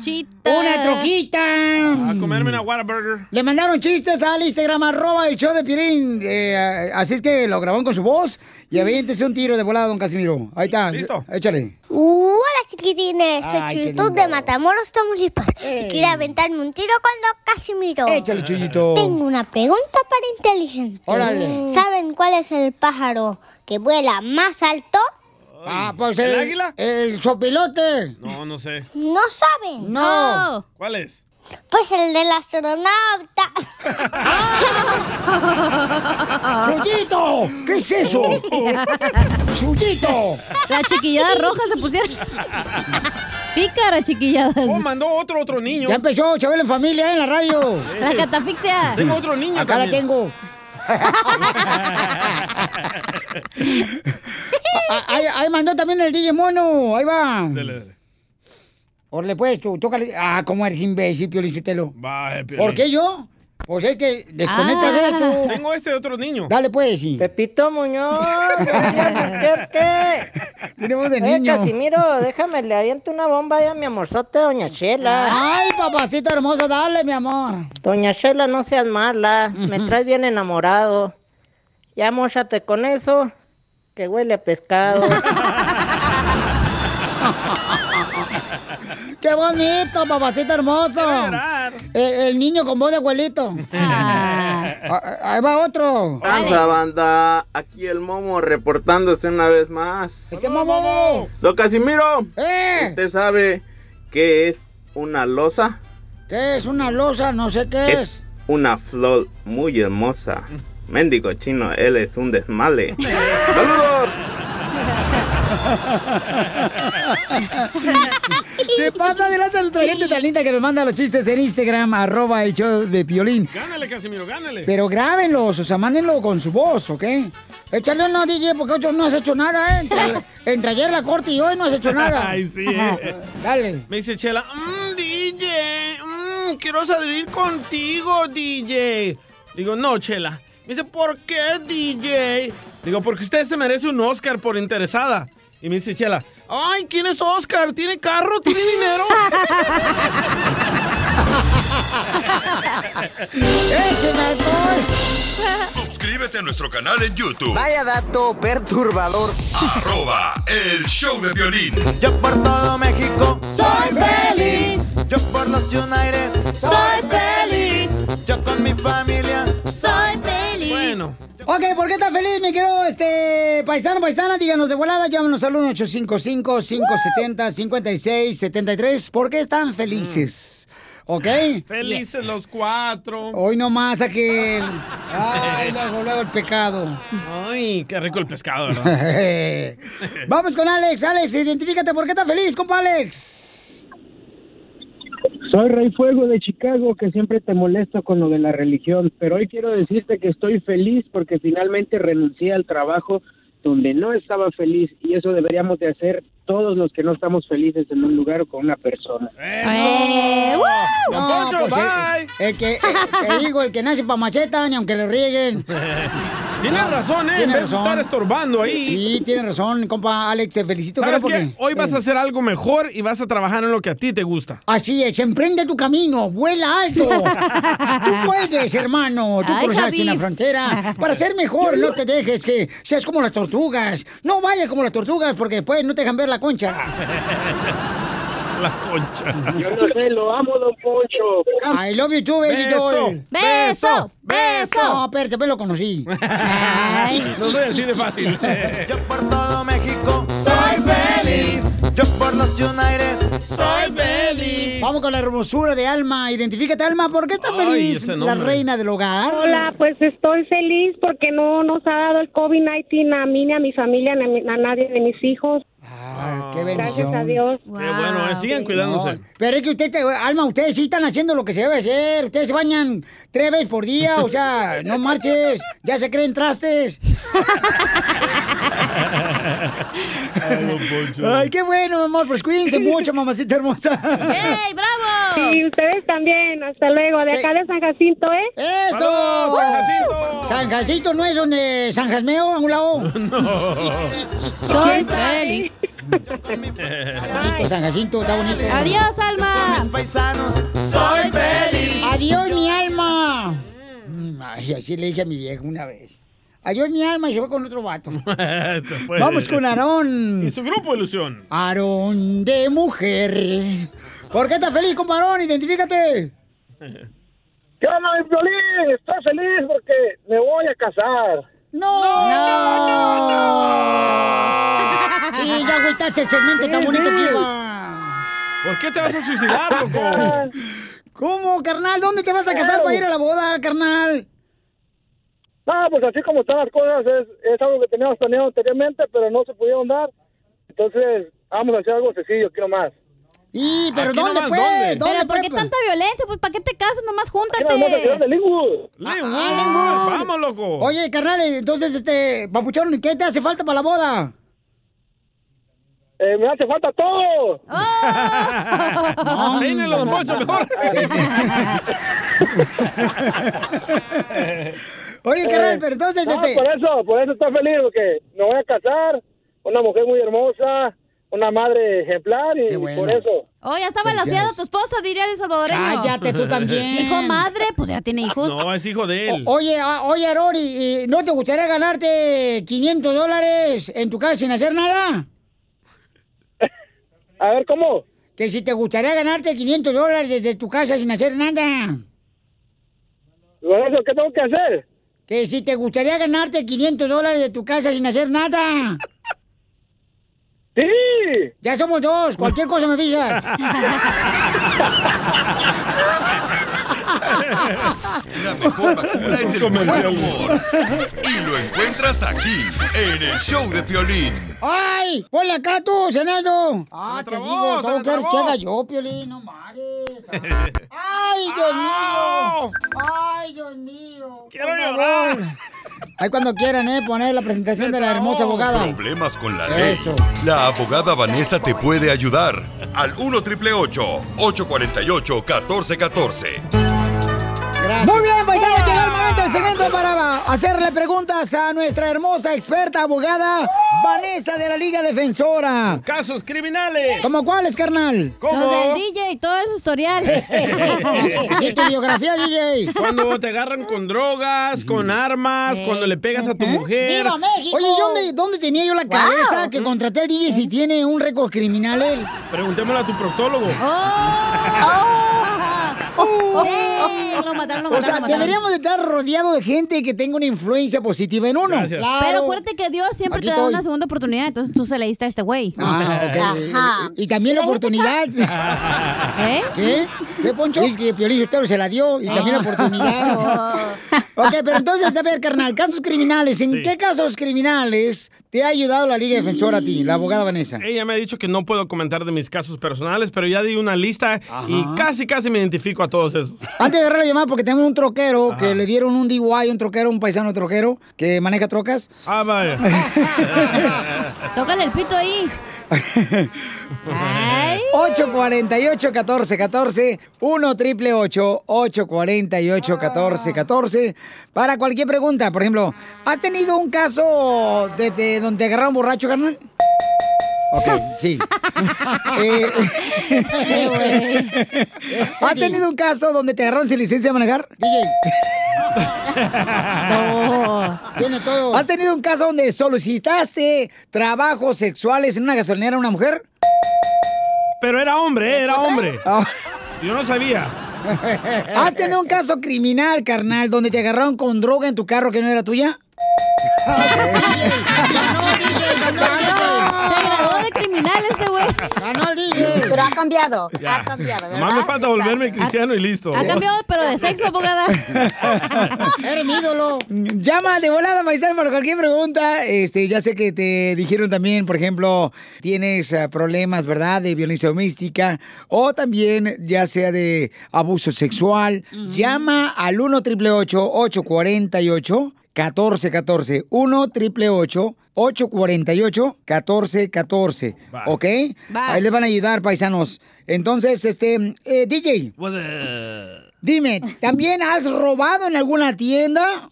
S1: Una troquita.
S3: A comerme una Whataburger.
S1: Le mandaron chistes al Instagram, arroba el show de Pirín. Eh, así es que lo grabaron con su voz. Y aviéntese un tiro de volada, don Casimiro. Ahí está.
S14: Listo.
S1: Échale.
S14: Hola chiquitines, soy
S1: Ay, qué Eh.
S14: Chuyito de Matamoros, Tamaulipas. Y quiero aventarme un tiro con Don Casimiro.
S1: Échale, Chuyito.
S14: Tengo una pregunta para inteligentes.
S1: Órale.
S14: ¿Saben cuál es el pájaro que vuela más alto?
S1: Ah, pues
S14: ¿El
S1: el,
S14: águila?
S1: El sopilote.
S3: No, no sé.
S14: No saben.
S1: No.
S3: ¿Cuál es?
S14: Pues el del astronauta.
S1: ¡Chuyito! ¿Qué es eso? ¡Chuyito!
S9: La chiquillada roja se pusieron. Pícara, chiquilladas.
S3: Oh, mandó otro, otro niño.
S1: Ya empezó, chaval en familia, ¿eh? en la radio.
S9: La catafixia.
S3: Tengo otro niño
S1: Acá la
S3: también.
S1: tengo.
S13: (laughs)
S1: Ah, ahí, ahí mandó también el DJ Mono. Ahí va.
S3: Dale, dale.
S1: Orle, pues, tú, tócale. Ah, cómo eres imbécil, Piolichotelo.
S3: Va, eh, Piolín.
S1: ¿Por qué yo? Pues es que desconecta de
S3: Ah.
S1: esto.
S3: Tengo este otro niño.
S1: Dale, pues, sí. Pepito Muñoz.
S22: ¿Qué?
S1: Tenemos de
S22: Oye,
S1: niño.
S22: Casimiro, déjame, le aviento una bomba ahí a mi amorzote, Doña Chela.
S1: Ay, papacito hermoso, dale, mi amor.
S22: Doña Chela, no seas mala, me traes bien enamorado. Ya mochate con eso, que huele a pescado.
S1: ¡Qué bonito, papacito hermoso! El, el niño con voz
S3: (laughs)
S1: de abuelito. Ah, ahí va otro.
S7: Panza banda, aquí el Momo reportándose una vez más.
S1: ¡Ese momo!
S7: Don Casimiro,
S1: ¡Eh!
S7: ¿usted sabe qué es una losa?
S1: ¿Qué es una losa? No sé qué es.
S7: Es una flor muy hermosa. Méndigo chino, él es un desmale.
S1: Se pasa de lanza a nuestra gente tan linda que nos manda los chistes en Instagram, arroba el show de violín.
S3: Gánale, Casimiro, gánale.
S1: Pero grábenlos, o sea, mándenlo con su voz, ¿ok? Échale uno, DJ, porque otro no has hecho nada, ¿eh? Entre,
S3: (laughs)
S1: entre ayer la corte y hoy no has hecho nada.
S3: Ay, sí. eh.
S1: Dale.
S3: (laughs) Me dice Chela, mmm, DJ, mm, quiero salir contigo, DJ. Digo, no, Chela. Me dice, ¿por qué, DJ? Digo, porque usted se merece un Oscar por interesada. Y me dice Chela, (laughs) ay, ¿quién es Oscar? ¿Tiene carro? ¿Tiene dinero?
S1: ¡Écheme alcohol!
S4: Suscríbete a nuestro canal en YouTube.
S15: Vaya dato perturbador.
S4: Arroba el show de violín.
S15: Yo por todo México
S4: soy feliz.
S15: Yo por los United
S4: soy
S15: feliz. Yo con mi familia
S1: soy
S15: feliz. Bueno.
S1: Ok, ¿por qué estás feliz, mi querido este, paisano, paisana? Díganos de volada, llámanos al 1-855-570-5673. ¿Por qué están
S15: Mm.
S1: felices? ¿Ok?
S3: Felices los cuatro.
S1: Hoy nomás a que...
S15: (laughs)
S1: Ay, luego, luego el pecado.
S3: Ay, qué rico el pescado, ¿verdad?
S1: (laughs) Vamos con Alex. Alex, identifícate. ¿Por qué estás feliz, compa Alex?
S16: Soy Rey Fuego de Chicago, que siempre te molesto con lo de la religión, pero hoy quiero decirte que estoy feliz porque finalmente renuncié al trabajo donde no estaba feliz y eso deberíamos de hacer todos los que no estamos felices en un lugar o con una persona.
S1: ¡Eh!
S16: ¡Woo!
S1: No,
S16: Don Poncho,
S1: pues, eh, el, que, eh, te digo, el que nace pa' macheta, ni aunque le rieguen.
S3: Tienes razón, ¿eh? En vez de estar estorbando ahí.
S1: Sí, tienes razón, compa Alex, te felicito.
S3: ¿Sabes
S1: cara,
S3: qué?
S1: porque-
S3: Hoy vas a
S1: eh,
S3: hacer algo mejor y vas a trabajar en lo que a ti te gusta.
S1: Así es, emprende tu camino, vuela alto.
S3: (laughs)
S1: Tú puedes, hermano. Tú
S3: Ay,
S1: cruzaste
S3: Javi.
S1: una frontera. Para ser mejor, no te dejes que seas como las tortugas. No vayas como las tortugas porque después no te dejan ver la concha.
S3: La concha.
S16: Yo no sé, lo amo, don Poncho.
S1: I love you too, baby
S16: Beso,
S1: doll.
S16: beso,
S1: beso. No, espérate, pues
S15: (laughs)
S1: lo conocí. Ay.
S3: No soy así de
S1: (laughs)
S3: fácil.
S15: todo México soy feliz. Yo por los United soy feliz.
S1: Vamos con la hermosura de Alma. Identifícate, Alma, ¿por qué estás feliz,
S15: ese
S1: la
S15: nombre.
S1: reina del hogar?
S20: Hola, pues estoy feliz porque no nos ha dado el COVID-19 a mí, ni a mi familia, ni a, mi- a nadie de mis hijos.
S1: Qué bendición.
S20: Gracias a Dios.
S3: Qué bueno, eh, sigan cuidándose.
S1: No, pero es que usted, te- Alma, ustedes sí están haciendo lo que se debe hacer. Ustedes se bañan tres veces por día, o sea, no marches, ya se creen trastes. Ay, qué bueno, mi amor,
S20: (laughs)
S1: pues cuídense mucho, mamacita hermosa.
S20: ¡Ey, bravo! Y ustedes también, hasta luego, de acá de San Jacinto, ¿eh?
S1: ¡Eso! ¡San Jacinto! San Jacinto no es donde San Jasmeo, a un (laughs) lado. Soy feliz. Pues San Jacinto, está bonito.
S9: Adiós, Alma.
S15: soy feliz.
S1: Adiós, mi alma. Mm, Ay, así le dije a mi vieja una vez. Adiós, mi alma, y se fue con otro
S3: (laughs)
S1: vato.
S3: Se fue.
S1: Vamos con Aarón.
S3: Pues, Y su grupo Ilusión.
S1: Aarón de mujer. ¿Por qué estás feliz, comparón? Identifícate.
S23: ¿Qué onda, mi violín? Estoy feliz porque me voy a casar.
S1: ¡No! ¡No! Sí, ya agüitaste el segmento tan bonito que iba.
S3: ¿Por qué te vas a suicidar, loco?
S1: ¿Cómo, carnal? ¿Dónde te vas a casar para ir a la boda, Ah, carnal?
S23: No, pues así como están las cosas, es, es algo que teníamos planeado anteriormente, pero
S3: (laughs)
S23: no se pudieron dar. Entonces, vamos a hacer algo sencillo, quiero más.
S1: Y,
S9: pero
S23: Aquí ¿dónde, nomás, pues? ¿dónde? ¿Dónde,
S9: ¿Pero por qué
S23: pues?
S9: tanta violencia? Pues ¿para qué te casas? Nomás júntate.
S23: Aquí nomás, la ciudad de Linwood.
S1: Ah, Lengua.
S3: Ah, Vamos, loco.
S1: Oye, carnal, entonces, este, papuchón, ¿qué te hace falta para la boda?
S23: Eh, me hace falta todo.
S3: Peínelo, don Poncho, mejor.
S1: (laughs) Oye, carnal, pero entonces,
S23: no,
S1: este-
S23: por eso, por eso estoy feliz, porque me voy a casar, una mujer muy hermosa, una madre ejemplar y, y por eso.
S9: Oh, ya está balanceada tu esposa, diría el salvadoreño.
S1: Cállate tú también.
S9: Hijo madre, pues ya tiene hijos.
S3: No, es hijo de él.
S1: O- oye, a- oye, Arori, ¿y ¿no te gustaría ganarte 500 dólares en tu casa sin hacer nada? (laughs) A ver, ¿cómo? Que si te gustaría ganarte 500 dólares desde tu casa sin hacer nada. ¿Qué tengo que hacer? Que si te gustaría ganarte 500 dólares de tu casa sin hacer nada. ¡Sí! Ya somos dos, cualquier cosa me (laughs) digas.
S4: La mejor vacuna es el buen humor. Y lo encuentras aquí, en el show de Piolín.
S1: ¡Ay! ¡Ponle acá tú, Senado! ¡Ah, te digo!
S15: se
S1: ¿Cómo
S15: me
S1: quieres que
S15: trabó.
S1: haga yo, Piolín? No mames. ¡Ay, Dios mío! ¡Ay, Dios mío! ¡Quiero
S15: llorar.
S1: Ahí cuando quieran, ¿eh? Poner la presentación de la hermosa abogada.
S4: Problemas con la ley. La abogada Vanessa te puede ayudar. Al 1 848 1414
S1: Muy bien, paisanos, llegó el momento del segmento para hacerle preguntas a nuestra hermosa experta abogada Vanessa de la Liga Defensora.
S3: Casos criminales. (laughs)
S1: oh. ¿Cómo cuáles, carnal?
S3: ¿Cómo? Los del
S1: DJ, todo el historial. (laughs) ¿Y
S9: (laughs)
S1: tu biografía, DJ?
S3: Cuando te agarran con drogas, con armas, cuando le pegas a tu
S1: ¿eh?
S3: mujer.
S1: Oye, ¿y ¿dónde, dónde tenía yo la
S3: Wow.
S1: cabeza que contraté al DJ si tiene un récord criminal él? Oh.
S3: Preguntémosle a tu proctólogo.
S1: Sí,
S9: lo mataron, lo mataron, lo
S1: o sea,
S9: mataron.
S1: deberíamos de estar rodeado de gente que tenga una influencia positiva en uno.
S9: Pero
S1: (laughs)
S9: acuérdate que Dios siempre
S1: Aquí
S9: te da
S1: estoy.
S9: una segunda oportunidad, entonces tú se la diste a este güey.
S1: Ah, ok.
S9: (laughs) Ajá.
S1: Y también la oportunidad. (laughs)
S9: ¿Eh?
S1: ¿Qué? ¿Qué, Poncho? Es que Piolín Sotelo se la dio y también la oportunidad. (laughs)
S3: (laughs)
S1: ok, pero entonces, a ver, carnal, casos criminales. ¿En qué casos criminales te ha ayudado la Liga Defensora a ti, la abogada Vanessa?
S3: Ella me ha dicho que no puedo comentar de mis casos personales, pero ya di una lista y casi, casi me identifico a todos esos.
S1: Antes de agarrar la llamada, porque tenemos un troquero que le dieron un DUI, un troquero, un paisano troquero que maneja (laughs) trocas.
S3: Ah, vaya.
S9: Tócale el pito
S1: (laughs)
S9: ahí.
S1: 848-1414, 1 triple 848-1414. Para cualquier pregunta, por ejemplo, ¿has tenido un caso de, de donde agarraron borracho, carnal? (laughs) Ok, sí. Eh, (laughs) ¿Has tenido un caso donde te agarraron sin licencia de manejar? No. Tiene todo. ¿Has tenido un caso donde solicitaste trabajos sexuales en una gasolinera a una mujer?
S3: Pero era hombre, eh, era hombre. Yo no sabía.
S1: Ah. ¿Has tenido un caso criminal, carnal, donde te agarraron con droga en tu carro que no era tuya?
S15: Se graduó de criminal este güey.
S1: Ganó el DJ.
S6: Pero ha cambiado,
S3: Ya.
S6: ha cambiado, ¿verdad?
S3: Nomás me falta volverme cristiano y listo.
S9: Ah,
S6: ha cambiado,
S9: pero de sexo, abogada.
S1: (laughs) Eres mi ídolo. Llama de volada, Maizal, para cualquier pregunta. Este, ya sé que te dijeron también, por ejemplo, tienes eh, problemas, ¿verdad? De violencia doméstica o también ya sea de abuso sexual. Llama al 1 848 1414 1 888 848 1414
S15: Va.
S1: ¿Ok?
S15: Va.
S1: Ahí les van a ayudar, paisanos. Entonces, este, eh, DJ, dime, ¿también has robado en alguna tienda?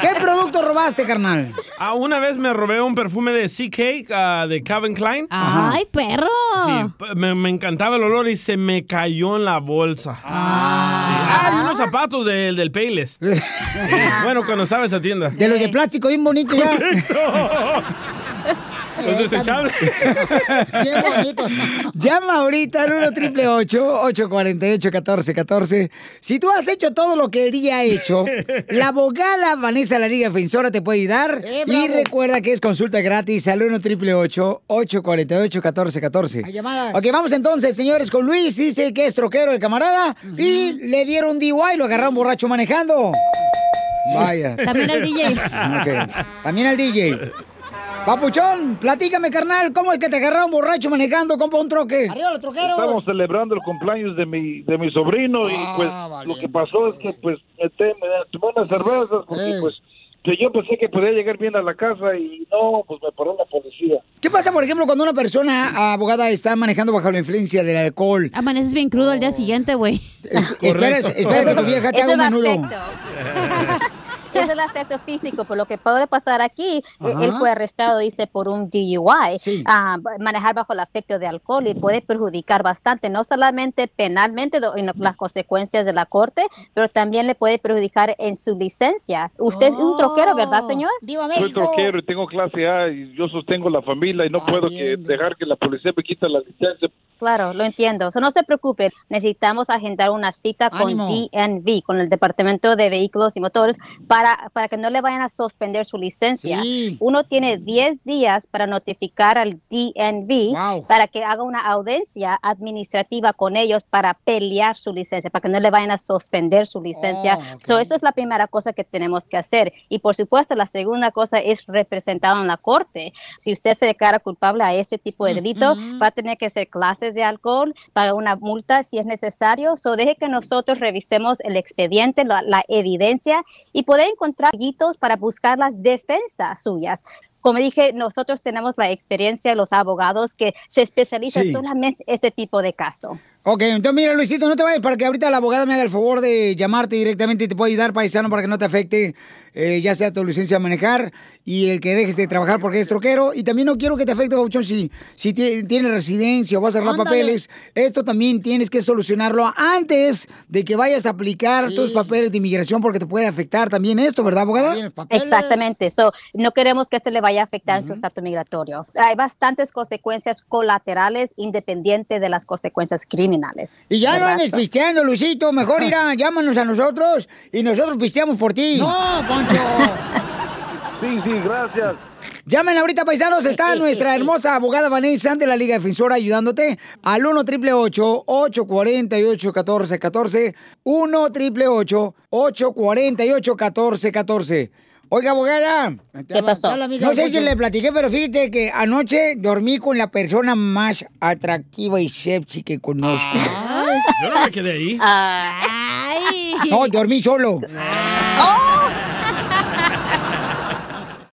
S1: ¿Qué producto robaste, carnal?
S3: Ah, una vez me robé un perfume de CK ah, de Calvin Klein.
S9: ¡Ay, perro!
S3: Sí, p- me, me encantaba el olor y se me cayó en la bolsa. Sí. Ah, y unos zapatos del- del Payless. Sí, bueno, cuando estaba en esa tienda.
S1: De los de plástico, bien bonito ya.
S3: Los desechables.
S1: Bien bonito. (laughs) Llama ahorita al 1 triple 848 1414 Si tú has hecho todo lo que el día ha hecho, la abogada Vanessa la Liga Defensora te puede ayudar.
S15: Eh, bravo.
S1: y recuerda que es consulta gratis al 1 triple 848 1414
S15: Hay llamadas.
S1: Ok, vamos entonces, señores, con Luis. Dice que es troquero el camarada. Y le dieron DUI, lo agarraron borracho manejando. Vaya.
S15: También al DJ.
S1: Ok, También al DJ. Papuchón, platícame, carnal, ¿cómo es que te agarraron borracho manejando, compa, un troque? Arriba los
S24: Estamos celebrando el cumpleaños de mi, de mi sobrino y
S1: Ah,
S24: pues lo que pasó es que pues me te- me tomé unas cervezas porque
S1: Eh.
S24: pues que yo pensé que podía llegar bien a la casa y no, pues me paró la policía.
S1: ¿Qué pasa, por ejemplo, cuando una persona abogada está manejando bajo la influencia del alcohol?
S9: Amaneces bien crudo (laughs) al día siguiente, güey.
S1: Espera, espera que tu vieja te haga un menudo.
S25: es el afecto físico, por lo que puede pasar aquí, eh, él
S24: Ajá.
S25: fue arrestado, dice, por un DUI, Ah, ba- manejar bajo el afecto de alcohol y puede perjudicar bastante, no solamente penalmente do- en las consecuencias de la corte, pero también le puede perjudicar en su licencia. Usted es un troquero, ¿verdad, señor?
S1: Viva
S2: Soy troquero y tengo clase A y yo sostengo la familia
S1: Ah,
S2: y no puedo que dejar que la policía me quita la licencia.
S25: Claro, lo entiendo. So, no se preocupe. Necesitamos agendar una cita con
S2: Ánimo.
S25: DNV, con el Departamento de Vehículos y Motores, para, para que no le vayan a suspender su licencia. Uno tiene 10 días para notificar al DNV para que haga una audiencia administrativa con ellos para pelear su licencia, para que no le vayan a suspender su licencia. So, eso es la primera cosa que tenemos que hacer. Y por supuesto, la segunda cosa es representado en la corte. Si usted se declara culpable a ese tipo de delito, va a tener que hacer clases de alcohol, pagar una multa si es necesario. So, deje que nosotros revisemos el expediente, la, la evidencia y poder encontrar guitos para buscar las defensas suyas. Como dije, nosotros tenemos la experiencia, los abogados que se especializan
S1: Sí.
S25: solamente en este tipo de caso.
S1: Ok, entonces mira, Luisito, no te vayas para que ahorita la abogada me haga el favor de llamarte directamente y te puede ayudar, paisano, para que no te afecte eh, ya sea tu licencia a manejar y el que dejes de trabajar porque es troquero. Y también no quiero que te afecte, Gauchón, si, si ti- tienes residencia o vas a arreglar
S6: Ándale.
S1: papeles. Esto también tienes que solucionarlo antes de que vayas a aplicar tus papeles de inmigración porque te puede afectar también esto, ¿verdad, abogada?
S25: Exactamente. So, no queremos que esto le vaya a afectar su estatus migratorio. Hay bastantes consecuencias colaterales independiente de las consecuencias criminales.
S1: Y ya lo
S25: ¿verdad?
S1: andes
S25: So-
S1: pisteando, Luisito. (laughs) Mejor irá, llámanos a nosotros y nosotros pisteamos por ti. No, Poncho.
S2: Sí, sí, gracias.
S1: Llamen ahorita, paisanos. (laughs) Está nuestra hermosa abogada Vanessa de la Liga Defensora ayudándote al 1 888 848 1414 1 888 848 1414 Oiga, abogada.
S25: ¿Qué pasó?
S1: No sé si le platiqué, pero fíjate que anoche dormí con la persona más atractiva y sexy que conozco.
S13: Yo no me quedé ahí.
S25: Ay.
S1: Tá
S25: (laughs)
S1: No, dormí solo.
S25: ¡Oh!